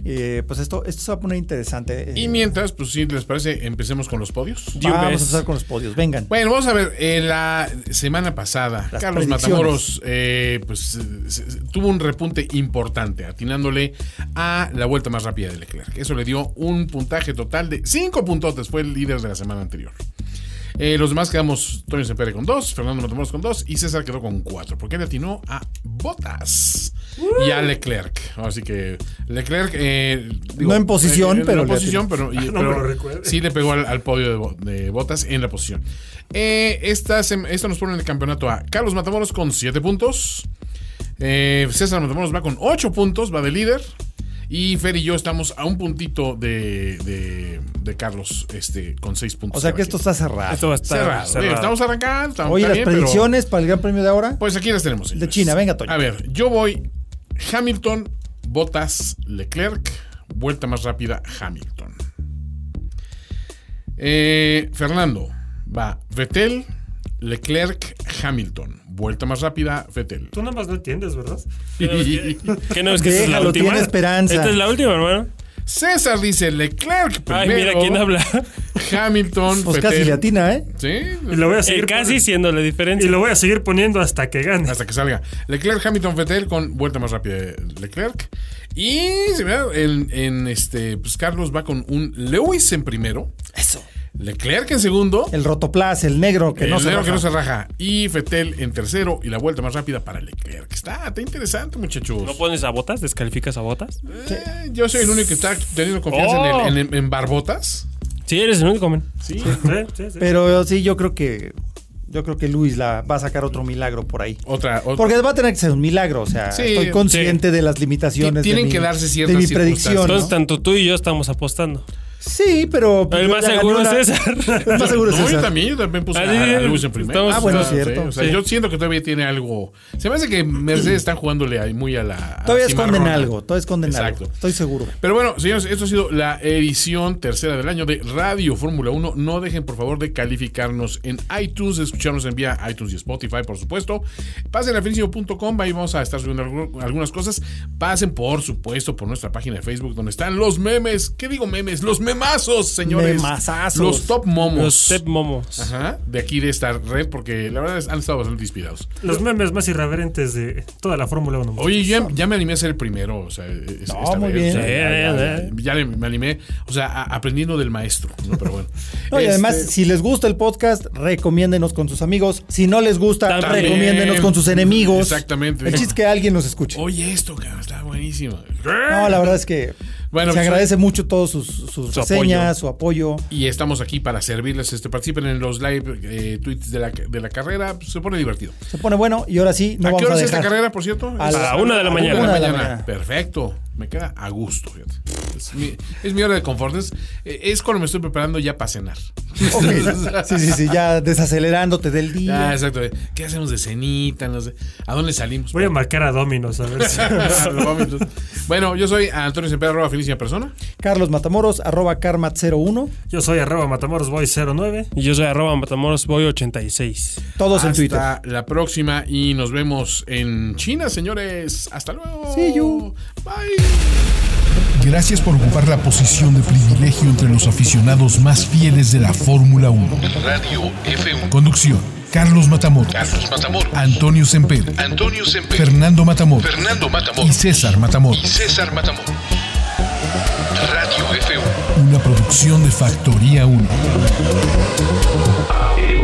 A: Eh, pues esto, esto se va a poner interesante.
B: Y
A: Eh,
B: mientras, pues sí, les parece, empecemos con los podios.
C: Di un
A: Vamos a
C: beso.
A: empezar con los podios. Vengan.
B: Bueno, vamos a ver, eh, la semana pasada,
A: Las
B: Carlos
A: predicciones.
B: Matamoros eh, pues, eh, se- se- tuvo un repunte importante, atinándole a la vuelta más rápida de Leclerc. Eso le dio un puntaje total de cinco puntotes, fue el líder de la semana anterior. Eh, los demás quedamos Toño Sempere con dos, Fernando Matamoros con dos y César quedó con cuatro, porque él atinó a Botas y a Leclerc. Así que Leclerc, eh,
A: No en posición, pero
B: en
A: le
B: la posición, pero,
D: *laughs*
B: y-
D: No me
B: pero
D: lo recuerde.
B: sí le pegó al, al podio de, Bo- de Botas en la posición. Eh, esta sem- esto nos pone en el campeonato a Carlos Matamoros con siete puntos. Eh, César Matamoros va con 8 puntos, va de líder. Y Fer y yo estamos a un puntito de, de- de Carlos este, con 6 puntos.
A: O sea
B: cada
A: que esto
B: quien.
A: está cerrado.
C: Esto va a estar
B: cerrado.
C: cerrado.
B: Digo, Estamos arrancando. Estamos
A: Oye,
B: está
A: las
B: bien, pero-
A: predicciones para el Gran Premio de ahora.
B: pues aquí las tenemos. señores.
A: China, venga, Toño.
B: A ver, yo voy Hamilton, Botas, Leclerc, vuelta más rápida, Hamilton. Eh, Fernando, va Vettel, Leclerc, Hamilton, vuelta más rápida, Vettel.
D: Tú nada más no entiendes, ¿verdad?
C: ¿Qué no es que esta es la
A: Déjalo,
C: última?
A: tiene esperanza.
C: Esta es la última, hermano.
B: *laughs* César dice Leclerc Pues primero.
C: Ay, mira quién habla.
B: Hamilton,
A: pues
B: Vettel.
A: casi latina, ¿eh?
D: Y
B: Sí,
D: lo voy a seguir.
C: El casi siendo la
D: Y
C: diferencia.
D: lo voy a seguir poniendo hasta que gane.
B: hasta que salga. Leclerc, Hamilton, Vettel con vuelta más rápida de Leclerc. Y se me da en, en este, pues Carlos va con un Lewis en primero.
A: Eso.
B: Leclerc en segundo.
A: El rotoplas, el negro que
B: El
A: no se
B: negro que
A: raja.
B: no se raja. Y Fetel en tercero. Y la vuelta más rápida para Leclerc. Está, está interesante, muchachos.
C: ¿No pones a botas? ¿Descalificas a botas?
B: Eh, yo soy el único que está teniendo confianza
C: Oh.
B: en, el- en- en Barbotas.
C: Sí, eres el único, men.
B: Sí.
D: Sí, sí, sí.
A: Pero sí, yo creo que yo creo que Luis la va a sacar otro milagro por ahí.
B: Otra. otra-
A: Porque va a tener que ser un milagro, o sea,
B: Sí,
A: estoy consciente de las limitaciones.
B: Tienen
A: de mi-
B: que darse ciertas
A: de mi
B: circunstancias.
A: predicción. ¿no?
C: Entonces, tanto tú y yo estamos apostando.
A: Sí, pero
C: El
A: yo
C: más
A: ya gané
C: seguro
A: una-
C: es César.
A: *laughs* El más seguro es
B: No, yo
A: César.
B: también, yo también puse
C: Ah,
B: a,
C: sí,
B: a Luis en primero.
C: estamos-
A: Ah, bueno,
B: O sea,
A: es cierto.
B: sí, o sea,
C: Sí.
B: Yo siento que todavía tiene algo. Se me hace que Mercedes están jugándole ahí muy a la. a
A: Todavía
B: la
A: esconden
B: cimarrona.
A: algo, todavía esconden
B: Ah, Exacto.
A: algo. Estoy seguro.
B: Pero bueno, señores, esto ha sido la edición tercera del año de Radio Fórmula 1. No dejen, por favor, de calificarnos en iTunes, de escucharnos en vía iTunes y Spotify, por supuesto. Pasen a finísimo.com, ahí vamos a estar subiendo algu- algunas cosas. Pasen, por supuesto, por nuestra página de Facebook, donde están los memes. ¿Qué digo memes? Los memazos, señores.
A: Memazazos.
B: Los top momos.
C: Los Step Momos.
B: Ajá, de aquí de esta red, porque la verdad es, han estado bastante inspirados.
A: Pues
D: Los memes más irreverentes de toda la Fórmula 1.
B: Oye, ya, ya me animé a ser el primero. O sea, es-
A: No,
B: esta
A: muy
B: vez,
A: bien.
B: o sea,
C: Sí,
B: ya, ya-
C: sí.
B: ya le- me animé. O sea, a- aprendiendo del maestro. ¿no? Pero bueno.
A: *laughs* No, y
B: Este,
A: además, si les gusta el podcast, recomiéndenos con sus amigos. Si no les gusta,
C: También.
A: recomiéndenos con sus enemigos.
B: Exactamente.
A: El chiste es que alguien nos escuche.
B: Oye, esto, cabrón, está buenísimo.
A: No, la verdad es que
B: Bueno,
A: se
B: pues,
A: agradece mucho todos sus, sus
C: Su
A: reseñas, su apoyo.
B: Y estamos aquí para servirles. Este, participen en los live eh, tweets de la, de la carrera. pues, Se pone divertido.
A: Se pone bueno y ahora sí, no
B: ¿A
A: vamos
B: qué hora
A: a
B: es
A: dejar.
B: esta carrera, por cierto?
A: A
B: Es-
C: la una de la mañana.
B: una
A: Una
B: de la
A: de la
B: mañana.
A: mañana.
B: Perfecto. Me queda a gusto. fíjate. Es mi, es mi hora de confort. Es, es cuando me estoy preparando ya para cenar.
A: *laughs*
B: *laughs*
A: Ok. Sí, sí, sí, ya desacelerándote del día.
B: Ah, exacto. ¿Qué hacemos de cenita? No sé. ¿A dónde salimos?
D: Voy a marcar a Dominos a ver si.
B: *laughs* bueno, yo soy Antonio Semper, arroba Felicia Persona.
A: Carlos Matamoros, arroba Carmat01,
D: Yo soy arroba matamorosboy09.
C: Y yo soy arroba matamoros boy86.
A: todos en Twitter.
B: Hasta la próxima y nos vemos en China, señores. Hasta luego.
A: See you.
B: Bye.
E: Gracias por ocupar la posición de privilegio entre los aficionados más fieles de la Fórmula 1.
I: Radio F1.
E: Conducción: Carlos Matamoros,
I: Carlos Matamoros.
E: Antonio Semper,
I: Antonio Semper.
E: Fernando Matamoros
I: Fernando
E: y
I: Matamoros.
E: César
I: Y
E: Matamoros.
I: César Matamoros. Radio F1.
E: Una producción de Factoría 1.
I: It